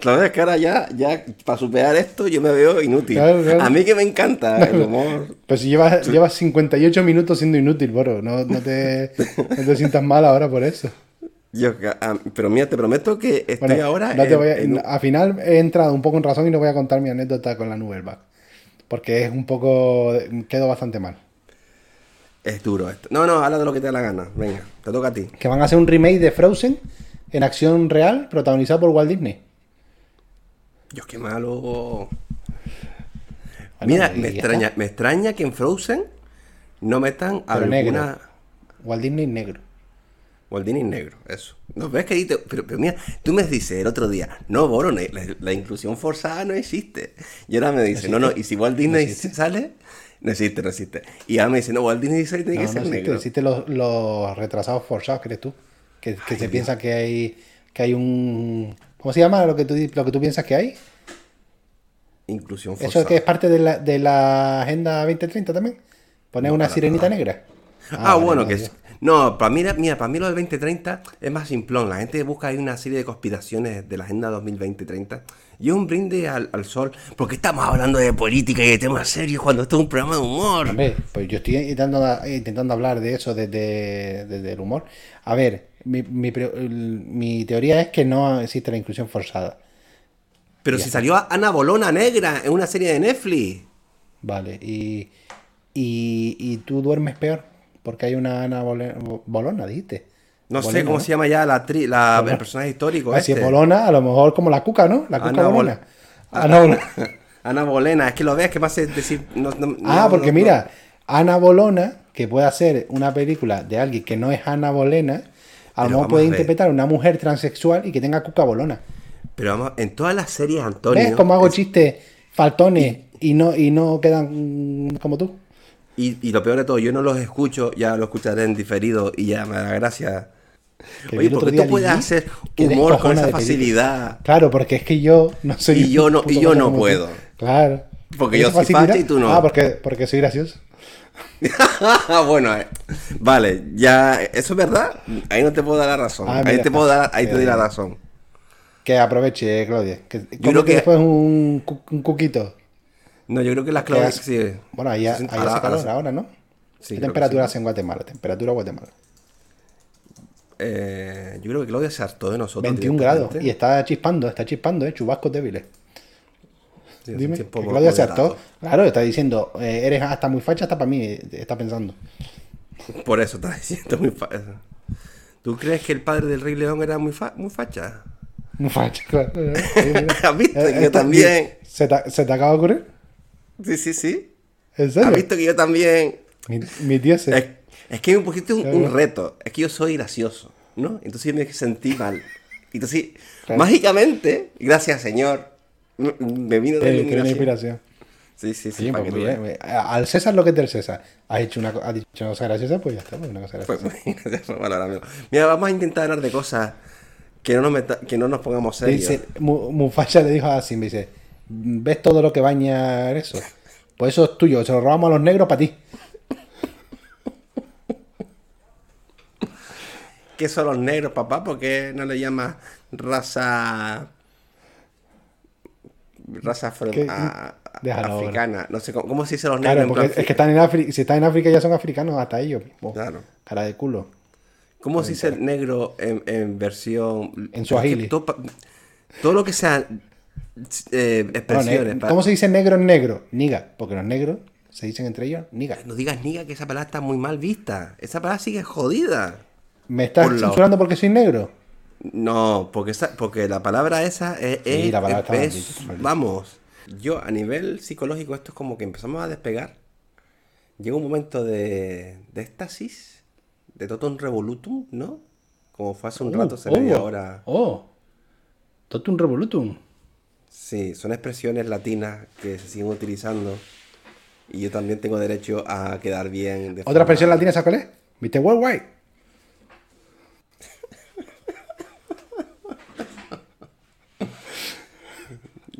[SPEAKER 2] Claudia, es que ahora ya, ya, para superar esto, yo me veo inútil.
[SPEAKER 3] Claro, claro.
[SPEAKER 2] A mí que me encanta el humor.
[SPEAKER 3] Pero si llevas, llevas 58 minutos siendo inútil, Boro. No, no, te, no te sientas mal ahora por eso.
[SPEAKER 2] Yo ca- ah, pero mira, te prometo que estoy
[SPEAKER 3] Bueno,
[SPEAKER 2] ahora.
[SPEAKER 3] no te
[SPEAKER 2] en-
[SPEAKER 3] voy a-
[SPEAKER 2] en un-
[SPEAKER 3] al final he entrado un poco en razón y no voy a contar mi anécdota con la Nuberback. Porque es un poco. Quedo bastante mal.
[SPEAKER 2] Es duro esto. No, no, habla de lo que te da la gana. Venga, te toca a ti.
[SPEAKER 3] Que van a hacer un remake de Frozen en acción real, protagonizado por Walt Disney.
[SPEAKER 2] Dios, qué malo.
[SPEAKER 3] Bueno,
[SPEAKER 2] Mira,
[SPEAKER 3] y
[SPEAKER 2] me
[SPEAKER 3] ya
[SPEAKER 2] extraña,
[SPEAKER 3] está.
[SPEAKER 2] me extraña que en Frozen no metan
[SPEAKER 3] Pero
[SPEAKER 2] alguna.
[SPEAKER 3] negro. Walt Disney negro.
[SPEAKER 2] Walt Disney negro, eso. No, ves que ahí te- pero, pero mira, tú me dices el otro día, no, Boro, ne- la, la inclusión forzada no existe. Y ahora me dice, no, no, y si Walt Disney sale, no existe, no existe. Y ahora me dice, no, Walt Disney sale, tiene
[SPEAKER 3] No,
[SPEAKER 2] que
[SPEAKER 3] no
[SPEAKER 2] ser
[SPEAKER 3] existe,
[SPEAKER 2] negro.
[SPEAKER 3] existe los, los retrasados forzados, crees tú. Que, que se piensa que hay, que hay un. ¿Cómo se llama lo que tú, di- lo que tú piensas que hay?
[SPEAKER 2] Inclusión forzada.
[SPEAKER 3] Eso que es parte de la, de la Agenda 2030 también. Poner una sirenita negra.
[SPEAKER 2] Ah,
[SPEAKER 3] vale,
[SPEAKER 2] bueno,
[SPEAKER 3] no,
[SPEAKER 2] que
[SPEAKER 3] yo-
[SPEAKER 2] es- No, para mí, la- mira, para mí lo del 2030 es más simplón. La gente busca ahí una serie de conspiraciones de la Agenda 2020-30. Y es un brinde al, al sol, porque estamos hablando de política y de temas serios cuando esto es un programa de humor.
[SPEAKER 3] Hombre, pues yo estoy intentando, intentando hablar de eso desde, desde el humor. A ver, mi, mi pre- el- mi teoría es que no existe la inclusión forzada.
[SPEAKER 2] Pero si salió a- Ana Bolona Negra en una serie de Netflix.
[SPEAKER 3] Vale, y, y, y tú duermes peor porque hay una Ana Bole- Bolona, dijiste.
[SPEAKER 2] No sé
[SPEAKER 3] Bolena,
[SPEAKER 2] cómo
[SPEAKER 3] ¿no?
[SPEAKER 2] se llama ya la actriz, la, el
[SPEAKER 3] Bolona.
[SPEAKER 2] personaje histórico.
[SPEAKER 3] Ah, Si es
[SPEAKER 2] este.
[SPEAKER 3] Bolona, a lo mejor como la cuca, ¿no? La cuca
[SPEAKER 2] Ana Bol- Ah,
[SPEAKER 3] Bolona. Ana Bolona.
[SPEAKER 2] Ana Bolena, es que lo veas, que vas a decir. no- no-
[SPEAKER 3] Ah,
[SPEAKER 2] no-
[SPEAKER 3] porque
[SPEAKER 2] no-
[SPEAKER 3] mira, Ana Bolona, que puede hacer una película de alguien que no es Ana Bolena, a
[SPEAKER 2] Pero
[SPEAKER 3] lo
[SPEAKER 2] vamos
[SPEAKER 3] mejor
[SPEAKER 2] a
[SPEAKER 3] puede
[SPEAKER 2] ver.
[SPEAKER 3] interpretar a una mujer transexual y que tenga cuca bolona.
[SPEAKER 2] Pero vamos, en todas las series, Antonio.
[SPEAKER 3] ¿Ves cómo hago
[SPEAKER 2] es-
[SPEAKER 3] chistes faltones y no, y no quedan mm, como tú?
[SPEAKER 2] Y, y lo peor de todo, yo no los escucho, ya lo escucharé en diferido y ya me da gracia.
[SPEAKER 3] Que vi
[SPEAKER 2] Oye,
[SPEAKER 3] el otro
[SPEAKER 2] porque
[SPEAKER 3] día
[SPEAKER 2] tú puedes
[SPEAKER 3] Lili,
[SPEAKER 2] hacer
[SPEAKER 3] que
[SPEAKER 2] humor con
[SPEAKER 3] descojona
[SPEAKER 2] esa
[SPEAKER 3] de película.
[SPEAKER 2] facilidad.
[SPEAKER 3] Claro, porque es que yo no soy.
[SPEAKER 2] Y yo
[SPEAKER 3] un
[SPEAKER 2] no-
[SPEAKER 3] puto
[SPEAKER 2] y yo
[SPEAKER 3] loco
[SPEAKER 2] no
[SPEAKER 3] como tú.
[SPEAKER 2] puedo.
[SPEAKER 3] Claro.
[SPEAKER 2] Porque
[SPEAKER 3] ¿Con
[SPEAKER 2] yo
[SPEAKER 3] esa
[SPEAKER 2] soy
[SPEAKER 3] facilidad?
[SPEAKER 2] facha y tú no.
[SPEAKER 3] Ah, porque, porque soy gracioso.
[SPEAKER 2] bueno, eh, vale, ya, eso es verdad. Ahí no te puedo dar la razón.
[SPEAKER 3] Ah,
[SPEAKER 2] ahí
[SPEAKER 3] mira,
[SPEAKER 2] te puedo dar, ahí
[SPEAKER 3] eh,
[SPEAKER 2] te doy la razón.
[SPEAKER 3] Que aproveche, eh, Claudia. Que, cómete
[SPEAKER 2] creo que-
[SPEAKER 3] después un, cu- un cuquito.
[SPEAKER 2] No, yo creo que las
[SPEAKER 3] que
[SPEAKER 2] claves
[SPEAKER 3] hace-
[SPEAKER 2] sí.
[SPEAKER 3] Bueno, ahí, ha-
[SPEAKER 2] se-
[SPEAKER 3] ahí
[SPEAKER 2] ahora-
[SPEAKER 3] hace calor
[SPEAKER 2] ahora se-
[SPEAKER 3] ahora,
[SPEAKER 2] Sí,
[SPEAKER 3] ¿no? ¿Qué
[SPEAKER 2] creo que
[SPEAKER 3] temperatura
[SPEAKER 2] sí.
[SPEAKER 3] hace en Guatemala? Temperatura Guatemala.
[SPEAKER 2] Eh, yo creo que Claudia se hartó de nosotros.
[SPEAKER 3] 21 grados. Y
[SPEAKER 2] directamente.
[SPEAKER 3] está chispando, está chispando, ¿eh? Chubascos débiles.
[SPEAKER 2] Sí, hace
[SPEAKER 3] Dime, que
[SPEAKER 2] tiempo
[SPEAKER 3] Claudia se
[SPEAKER 2] moderado.
[SPEAKER 3] hartó. Claro, está diciendo, eh, eres hasta muy facha, hasta para mí, eh, está pensando.
[SPEAKER 2] Por eso estás diciendo muy facha. ¿Tú crees que el padre del Rey León era muy, fa- muy facha?
[SPEAKER 3] Muy facha, claro. Sí, mira.
[SPEAKER 2] ¿Has visto?
[SPEAKER 3] Eh,
[SPEAKER 2] Yo
[SPEAKER 3] esta-
[SPEAKER 2] también.
[SPEAKER 3] ¿Se te, se te acaba de ocurrir?
[SPEAKER 2] Sí, sí, sí.
[SPEAKER 3] ¿En
[SPEAKER 2] ¿Has
[SPEAKER 3] serio?
[SPEAKER 2] visto que yo también?
[SPEAKER 3] Mi, mi tío se-
[SPEAKER 2] Es, es que me pusiste un,
[SPEAKER 3] Claro.
[SPEAKER 2] un reto. Es que yo soy gracioso, ¿no? Entonces yo me sentí mal. Entonces,
[SPEAKER 3] Claro.
[SPEAKER 2] mágicamente, gracias señor, m- me vino de
[SPEAKER 3] eh, tiene
[SPEAKER 2] iluminación.
[SPEAKER 3] una inspiración.
[SPEAKER 2] Sí, sí, sí.
[SPEAKER 3] Oye,
[SPEAKER 2] para
[SPEAKER 3] pues
[SPEAKER 2] que tú
[SPEAKER 3] muy bien,
[SPEAKER 2] veas.
[SPEAKER 3] muy bien. Al César lo que es del César. Has hecho una, co- has dicho una cosa graciosa, pues ya está, pues una cosa
[SPEAKER 2] Pues,
[SPEAKER 3] graciosa.
[SPEAKER 2] muy bien, bueno, ahora mismo. Mira, vamos a intentar hablar de cosas que no nos, meta- que no nos pongamos serios.
[SPEAKER 3] Dice, Mu- Mufasa le dijo a Simba, dice, ¿ves todo lo que baña eso? Pues eso es tuyo, se lo robamos a los negros para ti.
[SPEAKER 2] ¿Qué son los negros, papá? ¿Por qué no le llamas raza. raza afro-
[SPEAKER 3] ¿Qué?
[SPEAKER 2] a- a-
[SPEAKER 3] Déjalo ahora.
[SPEAKER 2] africana? No sé cómo, cómo se dice los negros.
[SPEAKER 3] Claro,
[SPEAKER 2] en
[SPEAKER 3] porque
[SPEAKER 2] plan-
[SPEAKER 3] es que están en África, si están en África ya son africanos hasta ellos mismos.
[SPEAKER 2] Claro.
[SPEAKER 3] Cara de culo.
[SPEAKER 2] ¿Cómo se dice negro en, en versión.
[SPEAKER 3] En suajili.
[SPEAKER 2] Es que Todo, pa- todo lo que sean eh,
[SPEAKER 3] Bueno, ne-
[SPEAKER 2] expresiones. pa-
[SPEAKER 3] ¿Cómo se dice negro en negro? Niga, porque los negros se dicen entre ellos niga.
[SPEAKER 2] No digas niga que esa palabra está muy mal vista. Esa palabra sigue jodida.
[SPEAKER 3] ¿Me estás
[SPEAKER 2] Por la-
[SPEAKER 3] censurando porque soy negro?
[SPEAKER 2] No, porque, esa- porque la palabra esa es, es-
[SPEAKER 3] la palabra está
[SPEAKER 2] es-
[SPEAKER 3] maldita, maldita.
[SPEAKER 2] vamos, yo a nivel psicológico esto es como que empezamos a despegar. Llega un momento de, de éxtasis, de totum revolutum, ¿no? Como fue hace un rato, se
[SPEAKER 3] Oh,
[SPEAKER 2] veía
[SPEAKER 3] oh,
[SPEAKER 2] ahora.
[SPEAKER 3] Oh. Totum revolutum.
[SPEAKER 2] Sí, son expresiones latinas que se siguen utilizando y yo también tengo derecho a quedar bien. de
[SPEAKER 3] ¿Otra
[SPEAKER 2] forma-
[SPEAKER 3] expresión latina, ¿sabes cuál es? ¿Viste worldwide?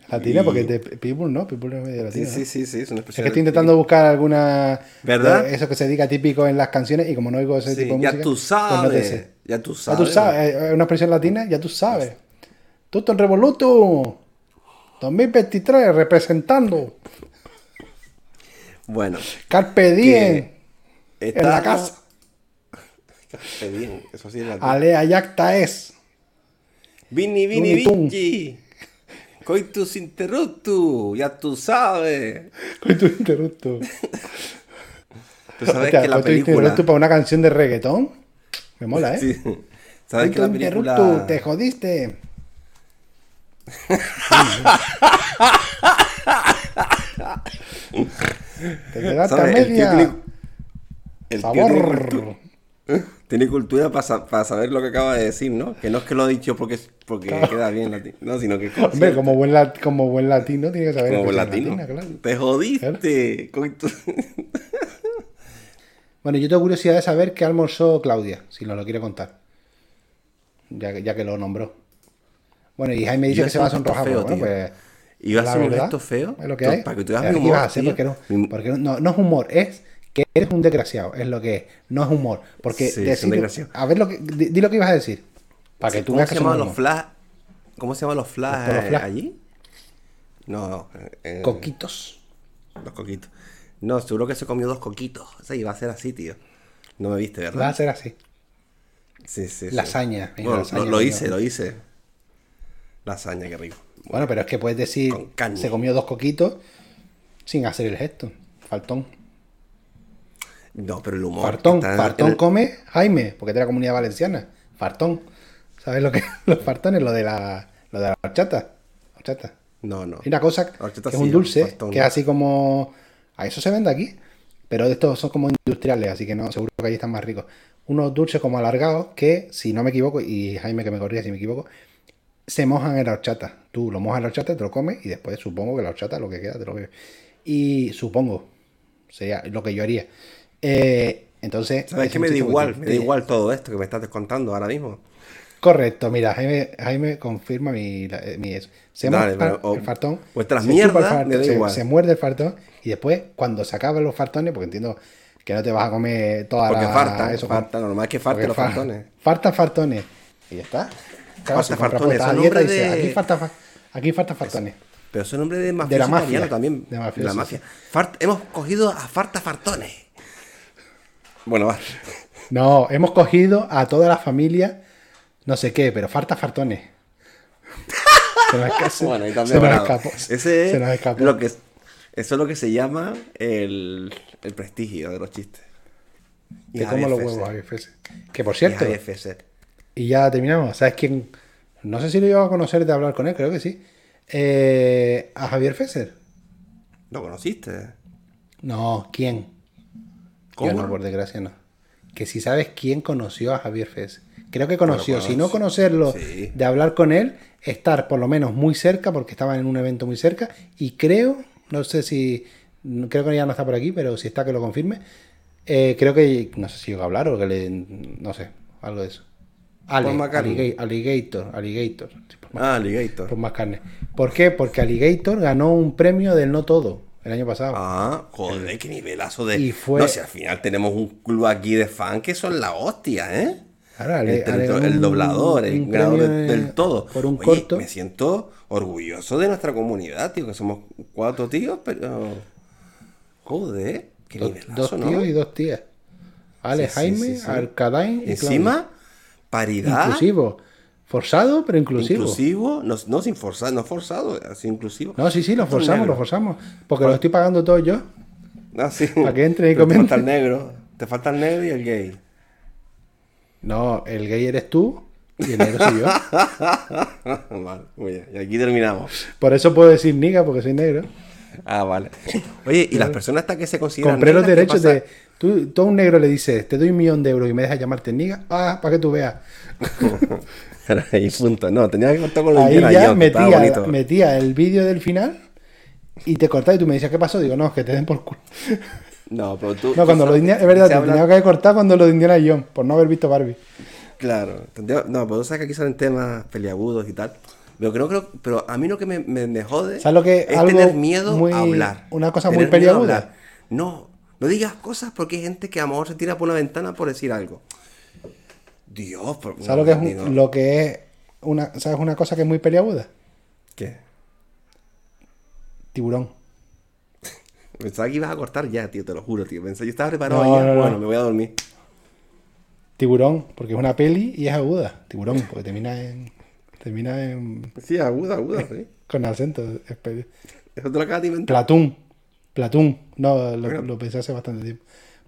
[SPEAKER 3] Latina,
[SPEAKER 2] Y-
[SPEAKER 3] porque es de People, ¿no? People es medio
[SPEAKER 2] Sí,
[SPEAKER 3] latina.
[SPEAKER 2] sí,
[SPEAKER 3] ¿no?
[SPEAKER 2] sí, sí, es una
[SPEAKER 3] Es que
[SPEAKER 2] expresión.
[SPEAKER 3] estoy intentando buscar alguna. eh,
[SPEAKER 2] ¿Verdad?
[SPEAKER 3] Eso que se diga típico en las canciones y como no oigo ese
[SPEAKER 2] Sí,
[SPEAKER 3] tipo de
[SPEAKER 2] ya
[SPEAKER 3] música.
[SPEAKER 2] tú
[SPEAKER 3] pues no te
[SPEAKER 2] sabes,
[SPEAKER 3] sé.
[SPEAKER 2] ya tú
[SPEAKER 3] Ya tú
[SPEAKER 2] sabes. Pues
[SPEAKER 3] sabes. eh, Es una expresión latina, ya tú sabes. Tuto en Revoluto. 2023, representando.
[SPEAKER 2] Bueno,
[SPEAKER 3] Carpe Diem. En la
[SPEAKER 2] estamos-
[SPEAKER 3] casa. Ah,
[SPEAKER 2] Qué bien, eso sí es latino.
[SPEAKER 3] Alea Yacta es.
[SPEAKER 2] Vini, vini,
[SPEAKER 3] Looney Tunes.
[SPEAKER 2] vici. Coitus interruptus, ya tú sabes.
[SPEAKER 3] Con tu interrupto.
[SPEAKER 2] Tú sabes
[SPEAKER 3] Hostia, pues
[SPEAKER 2] que la
[SPEAKER 3] con tu
[SPEAKER 2] película.
[SPEAKER 3] interrupto para una canción de reggaetón. Me mola, ¿eh?
[SPEAKER 2] Sí. Sabes que la
[SPEAKER 3] Con tu interrupto,
[SPEAKER 2] película.
[SPEAKER 3] te jodiste. te quedaste a
[SPEAKER 2] ¿sabes? El tío
[SPEAKER 3] media.
[SPEAKER 2] tiene- el tío tiene
[SPEAKER 3] Sabor.
[SPEAKER 2] cultu- Tiene cultura para saber lo que acaba de decir, ¿no? Que no es que lo ha dicho porque, porque queda bien latino, no, sino que como,
[SPEAKER 3] Hombre, como buen, lat- como buen latino tiene que saber.
[SPEAKER 2] como
[SPEAKER 3] expresión
[SPEAKER 2] latino.
[SPEAKER 3] latina, claro.
[SPEAKER 2] Te jodiste. coitus.
[SPEAKER 3] Bueno, yo tengo curiosidad de saber qué almorzó Claudia, si nos lo quiere contar. Ya, que- ya que lo nombró. Bueno, y Jaime dice
[SPEAKER 2] Yo
[SPEAKER 3] que se
[SPEAKER 2] hacía
[SPEAKER 3] va a
[SPEAKER 2] un gesto
[SPEAKER 3] sonrojar.
[SPEAKER 2] feo,
[SPEAKER 3] bueno,
[SPEAKER 2] tío.
[SPEAKER 3] pues,
[SPEAKER 2] Iba a
[SPEAKER 3] la
[SPEAKER 2] hacer un
[SPEAKER 3] verdad,
[SPEAKER 2] gesto feo.
[SPEAKER 3] Es lo que
[SPEAKER 2] to-
[SPEAKER 3] hay.
[SPEAKER 2] Para que tú veas mi
[SPEAKER 3] Eh, ibas
[SPEAKER 2] humor.
[SPEAKER 3] a hacer
[SPEAKER 2] tío.
[SPEAKER 3] porque no,
[SPEAKER 2] Mi-
[SPEAKER 3] porque no, no- no es humor, es que eres un desgraciado, es lo que es. No es humor. Porque
[SPEAKER 2] Sí, es un
[SPEAKER 3] decir-
[SPEAKER 2] desgraciado.
[SPEAKER 3] a ver lo que, di, di lo que ibas a decir. Para que tú
[SPEAKER 2] ¿Cómo
[SPEAKER 3] veas
[SPEAKER 2] se
[SPEAKER 3] que somos
[SPEAKER 2] llamaban los
[SPEAKER 3] humor.
[SPEAKER 2] flash? ¿Cómo se llaman los flash,
[SPEAKER 3] Los
[SPEAKER 2] eh,
[SPEAKER 3] flash.
[SPEAKER 2] allí? No, eh,
[SPEAKER 3] coquitos.
[SPEAKER 2] los coquitos. No, seguro que se comió dos coquitos. Sí, iba a ser así, tío. No me viste, ¿verdad?
[SPEAKER 3] Va a ser así.
[SPEAKER 2] Sí, sí, sí.
[SPEAKER 3] Lasaña, mira,
[SPEAKER 2] Bueno,
[SPEAKER 3] lasaña,
[SPEAKER 2] lo, lo
[SPEAKER 3] coño.
[SPEAKER 2] hice, lo hice. Lasaña, qué rico.
[SPEAKER 3] Bueno, pero es que puedes
[SPEAKER 2] Con
[SPEAKER 3] decir,
[SPEAKER 2] caña.
[SPEAKER 3] se comió dos coquitos sin hacer el gesto. Faltón.
[SPEAKER 2] No, pero el humor.
[SPEAKER 3] Fartón,
[SPEAKER 2] Oh, está en
[SPEAKER 3] Fartón
[SPEAKER 2] el-
[SPEAKER 3] come Jaime, porque es de la comunidad valenciana. Fartón. ¿Sabes lo que los fartones? Lo de la, lo de la horchata. Horchata.
[SPEAKER 2] No, no.
[SPEAKER 3] Hay una cosa que
[SPEAKER 2] Horchata
[SPEAKER 3] es
[SPEAKER 2] sí,
[SPEAKER 3] un dulce,
[SPEAKER 2] fartón.
[SPEAKER 3] que es así como. A eso se vende aquí, pero estos son como industriales, así que no, seguro que allí están más ricos. Unos dulces como alargados que, si no me equivoco, y Jaime que me corría si me equivoco, se mojan en la horchata. Tú lo mojas en la horchata, te lo comes y después supongo que la horchata lo que queda te lo bebes. Y supongo, sería lo que yo haría. Eh, entonces.
[SPEAKER 2] ¿Sabes
[SPEAKER 3] es
[SPEAKER 2] qué?
[SPEAKER 3] un
[SPEAKER 2] Me da
[SPEAKER 3] chico que
[SPEAKER 2] igual,
[SPEAKER 3] te-
[SPEAKER 2] me da
[SPEAKER 3] te-
[SPEAKER 2] igual todo esto que me estás contando ahora mismo.
[SPEAKER 3] Correcto, mira, Jaime, Jaime confirma mi, la- eh, mi eso. Se
[SPEAKER 2] Dale,
[SPEAKER 3] moja
[SPEAKER 2] pero, o-
[SPEAKER 3] el fartón.
[SPEAKER 2] vuestras
[SPEAKER 3] se chupa el
[SPEAKER 2] mierdas,
[SPEAKER 3] fartón,
[SPEAKER 2] me da
[SPEAKER 3] se-
[SPEAKER 2] igual.
[SPEAKER 3] Se, muerde el fartón y después, cuando se acaban los fartones, porque entiendo que no te vas a comer toda
[SPEAKER 2] Porque
[SPEAKER 3] la.
[SPEAKER 2] farta,
[SPEAKER 3] con-
[SPEAKER 2] farta, normal es que farten
[SPEAKER 3] porque
[SPEAKER 2] los
[SPEAKER 3] fa-
[SPEAKER 2] fartones.
[SPEAKER 3] Fartan fartones. Y ya está.
[SPEAKER 2] Farta
[SPEAKER 3] se compra
[SPEAKER 2] fartones,
[SPEAKER 3] puestas a
[SPEAKER 2] son
[SPEAKER 3] dieta y
[SPEAKER 2] nombre
[SPEAKER 3] dice,
[SPEAKER 2] de-
[SPEAKER 3] aquí falta, aquí falta fartones.
[SPEAKER 2] Pero es un nombre de mafioso
[SPEAKER 3] la mafia.
[SPEAKER 2] italiano también.
[SPEAKER 3] De
[SPEAKER 2] De,
[SPEAKER 3] mafioso,
[SPEAKER 2] la
[SPEAKER 3] sí.
[SPEAKER 2] mafia. Fart- hemos cogido a Farta Fartones. Bueno, va.
[SPEAKER 3] No, hemos cogido a toda la familia, no sé qué, pero farta fartones. Se nos, esca- se-
[SPEAKER 2] Bueno, y también
[SPEAKER 3] se nos
[SPEAKER 2] bravo.
[SPEAKER 3] escapó.
[SPEAKER 2] Ese
[SPEAKER 3] se nos
[SPEAKER 2] es
[SPEAKER 3] escapó.
[SPEAKER 2] lo que es- eso es lo que se llama el, el prestigio de los chistes. Y
[SPEAKER 3] Te como los
[SPEAKER 2] AFC.
[SPEAKER 3] huevos, AFS. Que por
[SPEAKER 2] Y
[SPEAKER 3] cierto,
[SPEAKER 2] AFC.
[SPEAKER 3] y ya terminamos. ¿Sabes quién? No sé si lo iba a conocer de hablar con él, creo que sí. Eh, ¿A Javier Fesser?
[SPEAKER 2] ¿Lo conociste?
[SPEAKER 3] No, ¿quién?
[SPEAKER 2] ¿Cómo?
[SPEAKER 3] Yo no, por desgracia no. Que si sabes quién conoció a Javier Fesser. Creo que conoció.
[SPEAKER 2] Bueno,
[SPEAKER 3] si no
[SPEAKER 2] sí.
[SPEAKER 3] conocerlo,
[SPEAKER 2] Sí.
[SPEAKER 3] de hablar con él, estar por lo menos muy cerca, porque estaban en un evento muy cerca. Y creo, no sé si. Creo que ya no está por aquí, pero si está, que lo confirme. Eh, creo que. No sé si iba a hablar o que le. No sé, algo de eso. Ale,
[SPEAKER 2] Paul McCartney.
[SPEAKER 3] Alliga- Alligator, Alligator. Sí, Paul
[SPEAKER 2] Ah, Alligator.
[SPEAKER 3] Paul McCartney. ¿Por qué? Porque Alligator ganó un premio del No Todo el año pasado.
[SPEAKER 2] Ah, joder, qué nivelazo de.
[SPEAKER 3] Y fue-
[SPEAKER 2] No sé, al final tenemos un club aquí de fans que son la hostia, ¿eh?
[SPEAKER 3] Claro, ale-
[SPEAKER 2] Entre
[SPEAKER 3] ale-
[SPEAKER 2] el, el
[SPEAKER 3] un-
[SPEAKER 2] doblador, el
[SPEAKER 3] un
[SPEAKER 2] creador
[SPEAKER 3] premio
[SPEAKER 2] de-
[SPEAKER 3] de-
[SPEAKER 2] del todo.
[SPEAKER 3] por un
[SPEAKER 2] Oye,
[SPEAKER 3] corto.
[SPEAKER 2] Me siento orgulloso de nuestra comunidad, tío, que somos cuatro tíos, pero. Joder, qué
[SPEAKER 3] Do- dos
[SPEAKER 2] nivelazo,
[SPEAKER 3] tíos
[SPEAKER 2] ¿no?
[SPEAKER 3] y dos tías. Ale,
[SPEAKER 2] Sí, sí,
[SPEAKER 3] Jaime,
[SPEAKER 2] sí, sí.
[SPEAKER 3] Arcadain y
[SPEAKER 2] Encima,
[SPEAKER 3] Claudia.
[SPEAKER 2] paridad.
[SPEAKER 3] Inclusivo. Forzado, pero inclusivo.
[SPEAKER 2] Inclusivo, no, no sin forzar, no forzado, así inclusivo.
[SPEAKER 3] No, sí, sí, lo
[SPEAKER 2] Esto es
[SPEAKER 3] forzamos,
[SPEAKER 2] negro.
[SPEAKER 3] lo forzamos. Porque lo estoy pagando todo yo.
[SPEAKER 2] Ah, sí.
[SPEAKER 3] Para que entre y
[SPEAKER 2] Pero Te
[SPEAKER 3] comente.
[SPEAKER 2] falta el negro, te falta el negro y el gay.
[SPEAKER 3] No, el gay eres tú y el negro soy yo.
[SPEAKER 2] Vale, muy bien. Y aquí terminamos.
[SPEAKER 3] Por eso puedo decir niga, porque soy negro.
[SPEAKER 2] Ah, vale. Oye, y las personas hasta que se consideran.
[SPEAKER 3] Compré los
[SPEAKER 2] negras, ¿qué
[SPEAKER 3] derechos de. Tú, tú a un negro le dices, te doy un millón de euros y me dejas llamarte niga. Ah, para que tú veas.
[SPEAKER 2] pasa? Ahí punto. No, tenía que contar con los
[SPEAKER 3] Ahí
[SPEAKER 2] Indiana
[SPEAKER 3] ya
[SPEAKER 2] Jones, que estaba
[SPEAKER 3] metía,
[SPEAKER 2] bonito.
[SPEAKER 3] metía el vídeo del final y te cortaba y tú me decías, ¿qué pasó? Digo, no, que te den por culo.
[SPEAKER 2] No, pero tú.
[SPEAKER 3] No, cuando
[SPEAKER 2] tú
[SPEAKER 3] lo de
[SPEAKER 2] sabes-
[SPEAKER 3] Indiana, es verdad,
[SPEAKER 2] Pues, se
[SPEAKER 3] te
[SPEAKER 2] habla-
[SPEAKER 3] tenía que cortar cuando lo de Indiana Jones, por no haber visto Barbie.
[SPEAKER 2] Claro. tendría- No, pero tú sabes que aquí salen temas peliagudos y tal. Pero creo, creo, pero a mí lo que me, me- me jode
[SPEAKER 3] ¿Sabes lo que-
[SPEAKER 2] es
[SPEAKER 3] algo
[SPEAKER 2] tener miedo
[SPEAKER 3] muy-
[SPEAKER 2] a hablar.
[SPEAKER 3] una cosa
[SPEAKER 2] Tener
[SPEAKER 3] muy
[SPEAKER 2] miedo a
[SPEAKER 3] peliaguda?
[SPEAKER 2] hablar. No, no digas cosas porque hay gente que a lo mejor se tira por una ventana por decir algo. Dios, por
[SPEAKER 3] ¿Sabes lo que es un-
[SPEAKER 2] digo,
[SPEAKER 3] lo que es una, ¿sabes una cosa que es muy peliaguda?
[SPEAKER 2] ¿Qué?
[SPEAKER 3] Tiburón.
[SPEAKER 2] Pensaba que ibas a cortar ya, tío, te lo juro, tío. Pensé, yo estaba preparado
[SPEAKER 3] No,
[SPEAKER 2] ya.
[SPEAKER 3] no, no.
[SPEAKER 2] bueno, me voy a dormir.
[SPEAKER 3] Tiburón, porque es una peli y es aguda. Tiburón, porque termina en. Termina en.
[SPEAKER 2] Sí, aguda, aguda, sí.
[SPEAKER 3] con acento. es pe-
[SPEAKER 2] Eso te lo acabas de inventar.
[SPEAKER 3] Platón. Platón. No, lo, lo pensé hace bastante tiempo.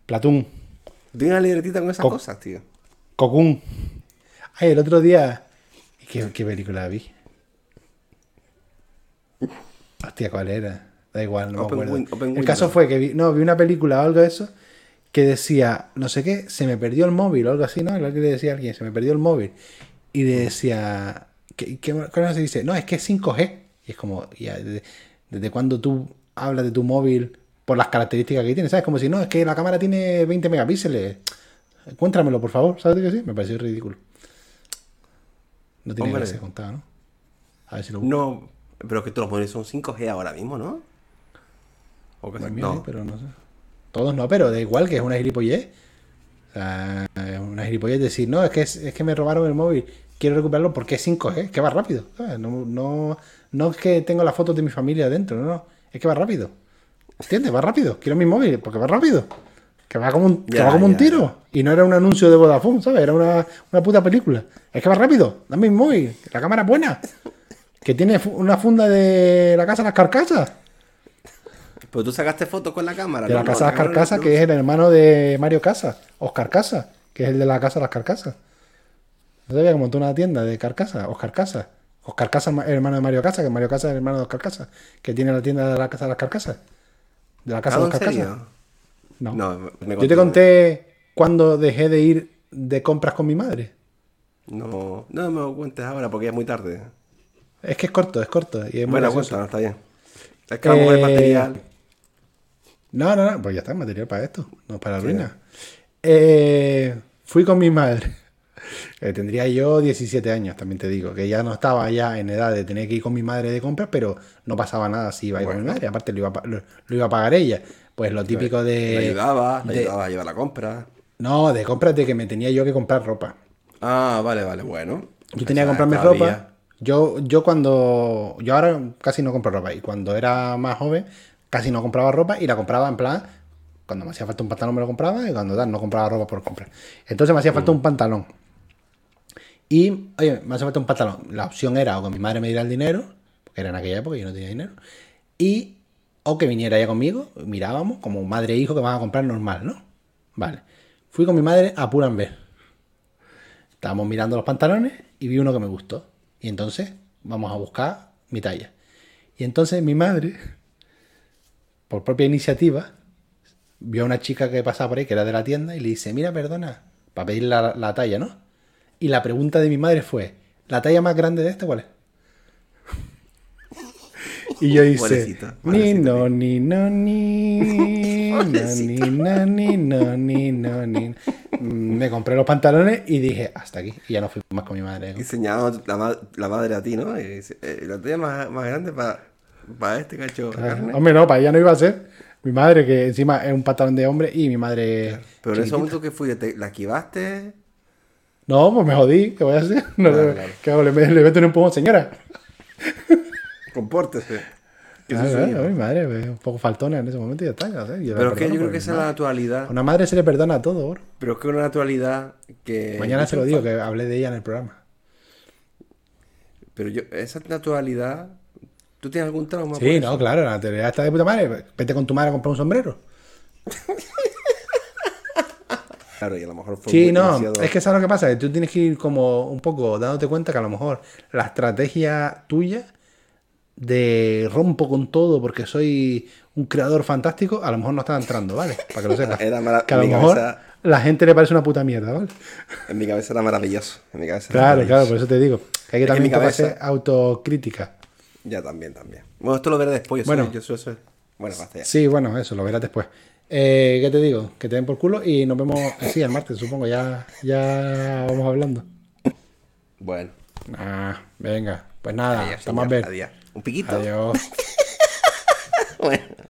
[SPEAKER 3] Platón.
[SPEAKER 2] Tiene una libretita con esas
[SPEAKER 3] Co-
[SPEAKER 2] cosas, tío.
[SPEAKER 3] Cocoon. Ay, el otro día. ¿Qué, qué película vi? Hostia, ¿cuál era? Da igual, no me
[SPEAKER 2] Open
[SPEAKER 3] acuerdo.
[SPEAKER 2] Win- Open
[SPEAKER 3] el
[SPEAKER 2] Window.
[SPEAKER 3] caso fue que vi, no, vi una película o algo de eso que decía, no sé qué, se me perdió el móvil o algo así, ¿no? Algo que le decía a alguien, se me perdió el móvil. Y le decía, ¿qué, qué, cómo se dice? No, es que es 5G. Y es como, ya, desde, desde cuando tú hablas de tu móvil por las características que tiene, ¿sabes? Como si no, es que la cámara tiene 20 megapíxeles. Encuéntramelo, por favor. ¿Sabes qué sí? Me pareció ridículo. No tiene
[SPEAKER 2] Hombre.
[SPEAKER 3] que ser contado, ¿no? A ver si lo busco.
[SPEAKER 2] No, pero que todos los móviles son 5G ahora mismo, ¿no? O que
[SPEAKER 3] Pues
[SPEAKER 2] son-
[SPEAKER 3] mío, sí, pero no sé. Todos no, pero da igual que es una gilipollez. O sea, es una gilipollez decir, no, es que, es, es que me robaron el móvil, quiero recuperarlo porque es 5G, que va rápido. ¿sabes? No, no, no es que tengo las fotos de mi familia adentro, no, no, es que va rápido. ¿Entiendes? Va rápido, quiero mi móvil porque va rápido. Que va como un, que
[SPEAKER 2] Ya,
[SPEAKER 3] va como un
[SPEAKER 2] ya,
[SPEAKER 3] tiro. Y no era un anuncio de Vodafone, ¿sabes? Era una, una puta película. Es que va rápido, dame mi móvil, la cámara es buena. Que tiene fu- una funda de la casa de las carcasas.
[SPEAKER 2] Pero tú sacaste fotos con la cámara.
[SPEAKER 3] De la
[SPEAKER 2] ¿no?
[SPEAKER 3] Casa de las
[SPEAKER 2] cámara
[SPEAKER 3] Carcasas,
[SPEAKER 2] no-
[SPEAKER 3] que es el hermano de Mario Casas, Oscar Casas, que es el de la Casa de las Carcasas. No sabía que montó una tienda de Carcasas, Oscar Casas. Oscar Casas es hermano de Mario Casas, que Mario Casas es hermano de Oscar Casas, que tiene la tienda de la Casa de las Carcasas. De la Casa
[SPEAKER 2] Ah,
[SPEAKER 3] de
[SPEAKER 2] ¿en
[SPEAKER 3] las Carcasas.
[SPEAKER 2] serio?
[SPEAKER 3] No.
[SPEAKER 2] No, me- me
[SPEAKER 3] Yo
[SPEAKER 2] contaste.
[SPEAKER 3] te conté cuando dejé de ir de compras con mi madre.
[SPEAKER 2] No, no me lo cuentes ahora porque ya es muy tarde.
[SPEAKER 3] Es que es corto, es corto. Y es muy
[SPEAKER 2] Buena
[SPEAKER 3] gracioso.
[SPEAKER 2] cuenta, no está bien. Es que vamos a ver
[SPEAKER 3] Eh,
[SPEAKER 2] material.
[SPEAKER 3] No, no, no, pues ya está, material para esto, no para la ruina. Eh, fui con mi madre. Eh, tendría yo 17 años, también te digo, que ya no estaba ya en edad de tener que ir con mi madre de compras, pero no pasaba nada si iba a ir con mi madre, aparte lo iba, a pa- lo, lo iba a pagar ella. Pues lo típico de...
[SPEAKER 2] Le ayudaba, le
[SPEAKER 3] de-
[SPEAKER 2] ayudaba a llevar la compra.
[SPEAKER 3] No, de compras de que me tenía yo que comprar ropa.
[SPEAKER 2] Ah, vale, vale, bueno.
[SPEAKER 3] Yo tenía que
[SPEAKER 2] Ah,
[SPEAKER 3] comprarme
[SPEAKER 2] todavía.
[SPEAKER 3] ropa. Yo, yo cuando. Yo ahora casi no compro ropa. Y cuando era más joven, casi no compraba ropa y la compraba en plan. Cuando me hacía falta un pantalón me lo compraba y cuando tal, no compraba ropa por comprar. Entonces me hacía falta un pantalón. Y, oye, me hace falta un pantalón. La opción era o que mi madre me diera el dinero, porque era en aquella época y yo no tenía dinero, y o que viniera ella conmigo, mirábamos, como madre e hijo que van a comprar normal, ¿no? Vale. Fui con mi madre a Pull&Bear. Estábamos mirando los pantalones y vi uno que me gustó. Y entonces, vamos a buscar mi talla. Y entonces mi madre, por propia iniciativa, vio a una chica que pasaba por ahí, que era de la tienda, y le dice, mira, perdona, para pedir la, la talla, ¿no? Y la pregunta de mi madre fue, ¿la talla más grande de este cuál es? Y yo hice,
[SPEAKER 2] Pobrecita,
[SPEAKER 3] ni
[SPEAKER 2] pobrecita,
[SPEAKER 3] no, ni no, ni no, ni no, ni no, ni no, ni no". Mm, Me compré los pantalones y dije, hasta aquí. Y ya no fui más con mi madre.
[SPEAKER 2] Enseñaba la, ma- la madre a ti, ¿no? Y dice, eh, la talla más, más grande para este cacho de
[SPEAKER 3] Claro.
[SPEAKER 2] carne.
[SPEAKER 3] Hombre, no, para ella no iba a ser. Mi madre, que encima es un pantalón de hombre, y mi madre.
[SPEAKER 2] Pero en ese
[SPEAKER 3] chiquitita.
[SPEAKER 2] momento que fuiste, ¿la esquivaste?
[SPEAKER 3] No, pues me jodí, ¿qué voy a hacer? No,
[SPEAKER 2] Claro,
[SPEAKER 3] no,
[SPEAKER 2] claro.
[SPEAKER 3] ¿qué hago? Le, le meto en un poco, señora.
[SPEAKER 2] Compórtese. ¿Qué
[SPEAKER 3] Claro,
[SPEAKER 2] sucedió?
[SPEAKER 3] claro, mi madre, pues, un poco faltona en ese momento y ya está. ya sé, yo la
[SPEAKER 2] Pero es que
[SPEAKER 3] perdono
[SPEAKER 2] yo creo
[SPEAKER 3] porque
[SPEAKER 2] que esa
[SPEAKER 3] mi
[SPEAKER 2] es la
[SPEAKER 3] madre-
[SPEAKER 2] naturalidad.
[SPEAKER 3] A una madre se le perdona todo, bro.
[SPEAKER 2] Pero es que una naturalidad Eh, que.
[SPEAKER 3] Mañana se lo digo, que hablé de ella en el programa.
[SPEAKER 2] Pero yo, esa naturalidad. ¿Tú tienes algún trauma? por
[SPEAKER 3] Sí,
[SPEAKER 2] eso?
[SPEAKER 3] no, claro, la teoría está de puta madre. Vete con tu madre a comprar un sombrero.
[SPEAKER 2] Claro, y a lo mejor fue.
[SPEAKER 3] Sí,
[SPEAKER 2] muy
[SPEAKER 3] no,
[SPEAKER 2] demasiado-
[SPEAKER 3] es que sabes lo que pasa, que tú tienes que ir como un poco dándote cuenta que a lo mejor la estrategia tuya de rompo con todo porque soy un creador fantástico, a lo mejor no está entrando, ¿vale? Para que lo sepas.
[SPEAKER 2] Era mara-
[SPEAKER 3] que a lo
[SPEAKER 2] mi
[SPEAKER 3] mejor
[SPEAKER 2] cabeza-
[SPEAKER 3] la gente le parece una puta mierda, ¿vale?
[SPEAKER 2] En mi cabeza era maravilloso. En mi cabeza era
[SPEAKER 3] Claro,
[SPEAKER 2] maravilloso.
[SPEAKER 3] claro, por eso te digo. Que hay que
[SPEAKER 2] Es que en mi
[SPEAKER 3] también
[SPEAKER 2] cabeza-
[SPEAKER 3] hacer autocrítica.
[SPEAKER 2] Ya también, también. Bueno, esto lo veré después. Yo
[SPEAKER 3] pues. Bueno.
[SPEAKER 2] soy, yo soy, soy- Bueno, basta ya.
[SPEAKER 3] Sí, bueno, eso, lo verás después. Eh, ¿Qué te digo? Que te den por culo y nos vemos así el martes, supongo, ya, ya vamos hablando.
[SPEAKER 2] Bueno.
[SPEAKER 3] Ah, venga, Pues nada,
[SPEAKER 2] Adiós,
[SPEAKER 3] estamos a
[SPEAKER 2] señor,
[SPEAKER 3] ver. 哎
[SPEAKER 2] adiós. Un piquito.
[SPEAKER 3] Adiós.
[SPEAKER 2] Bueno.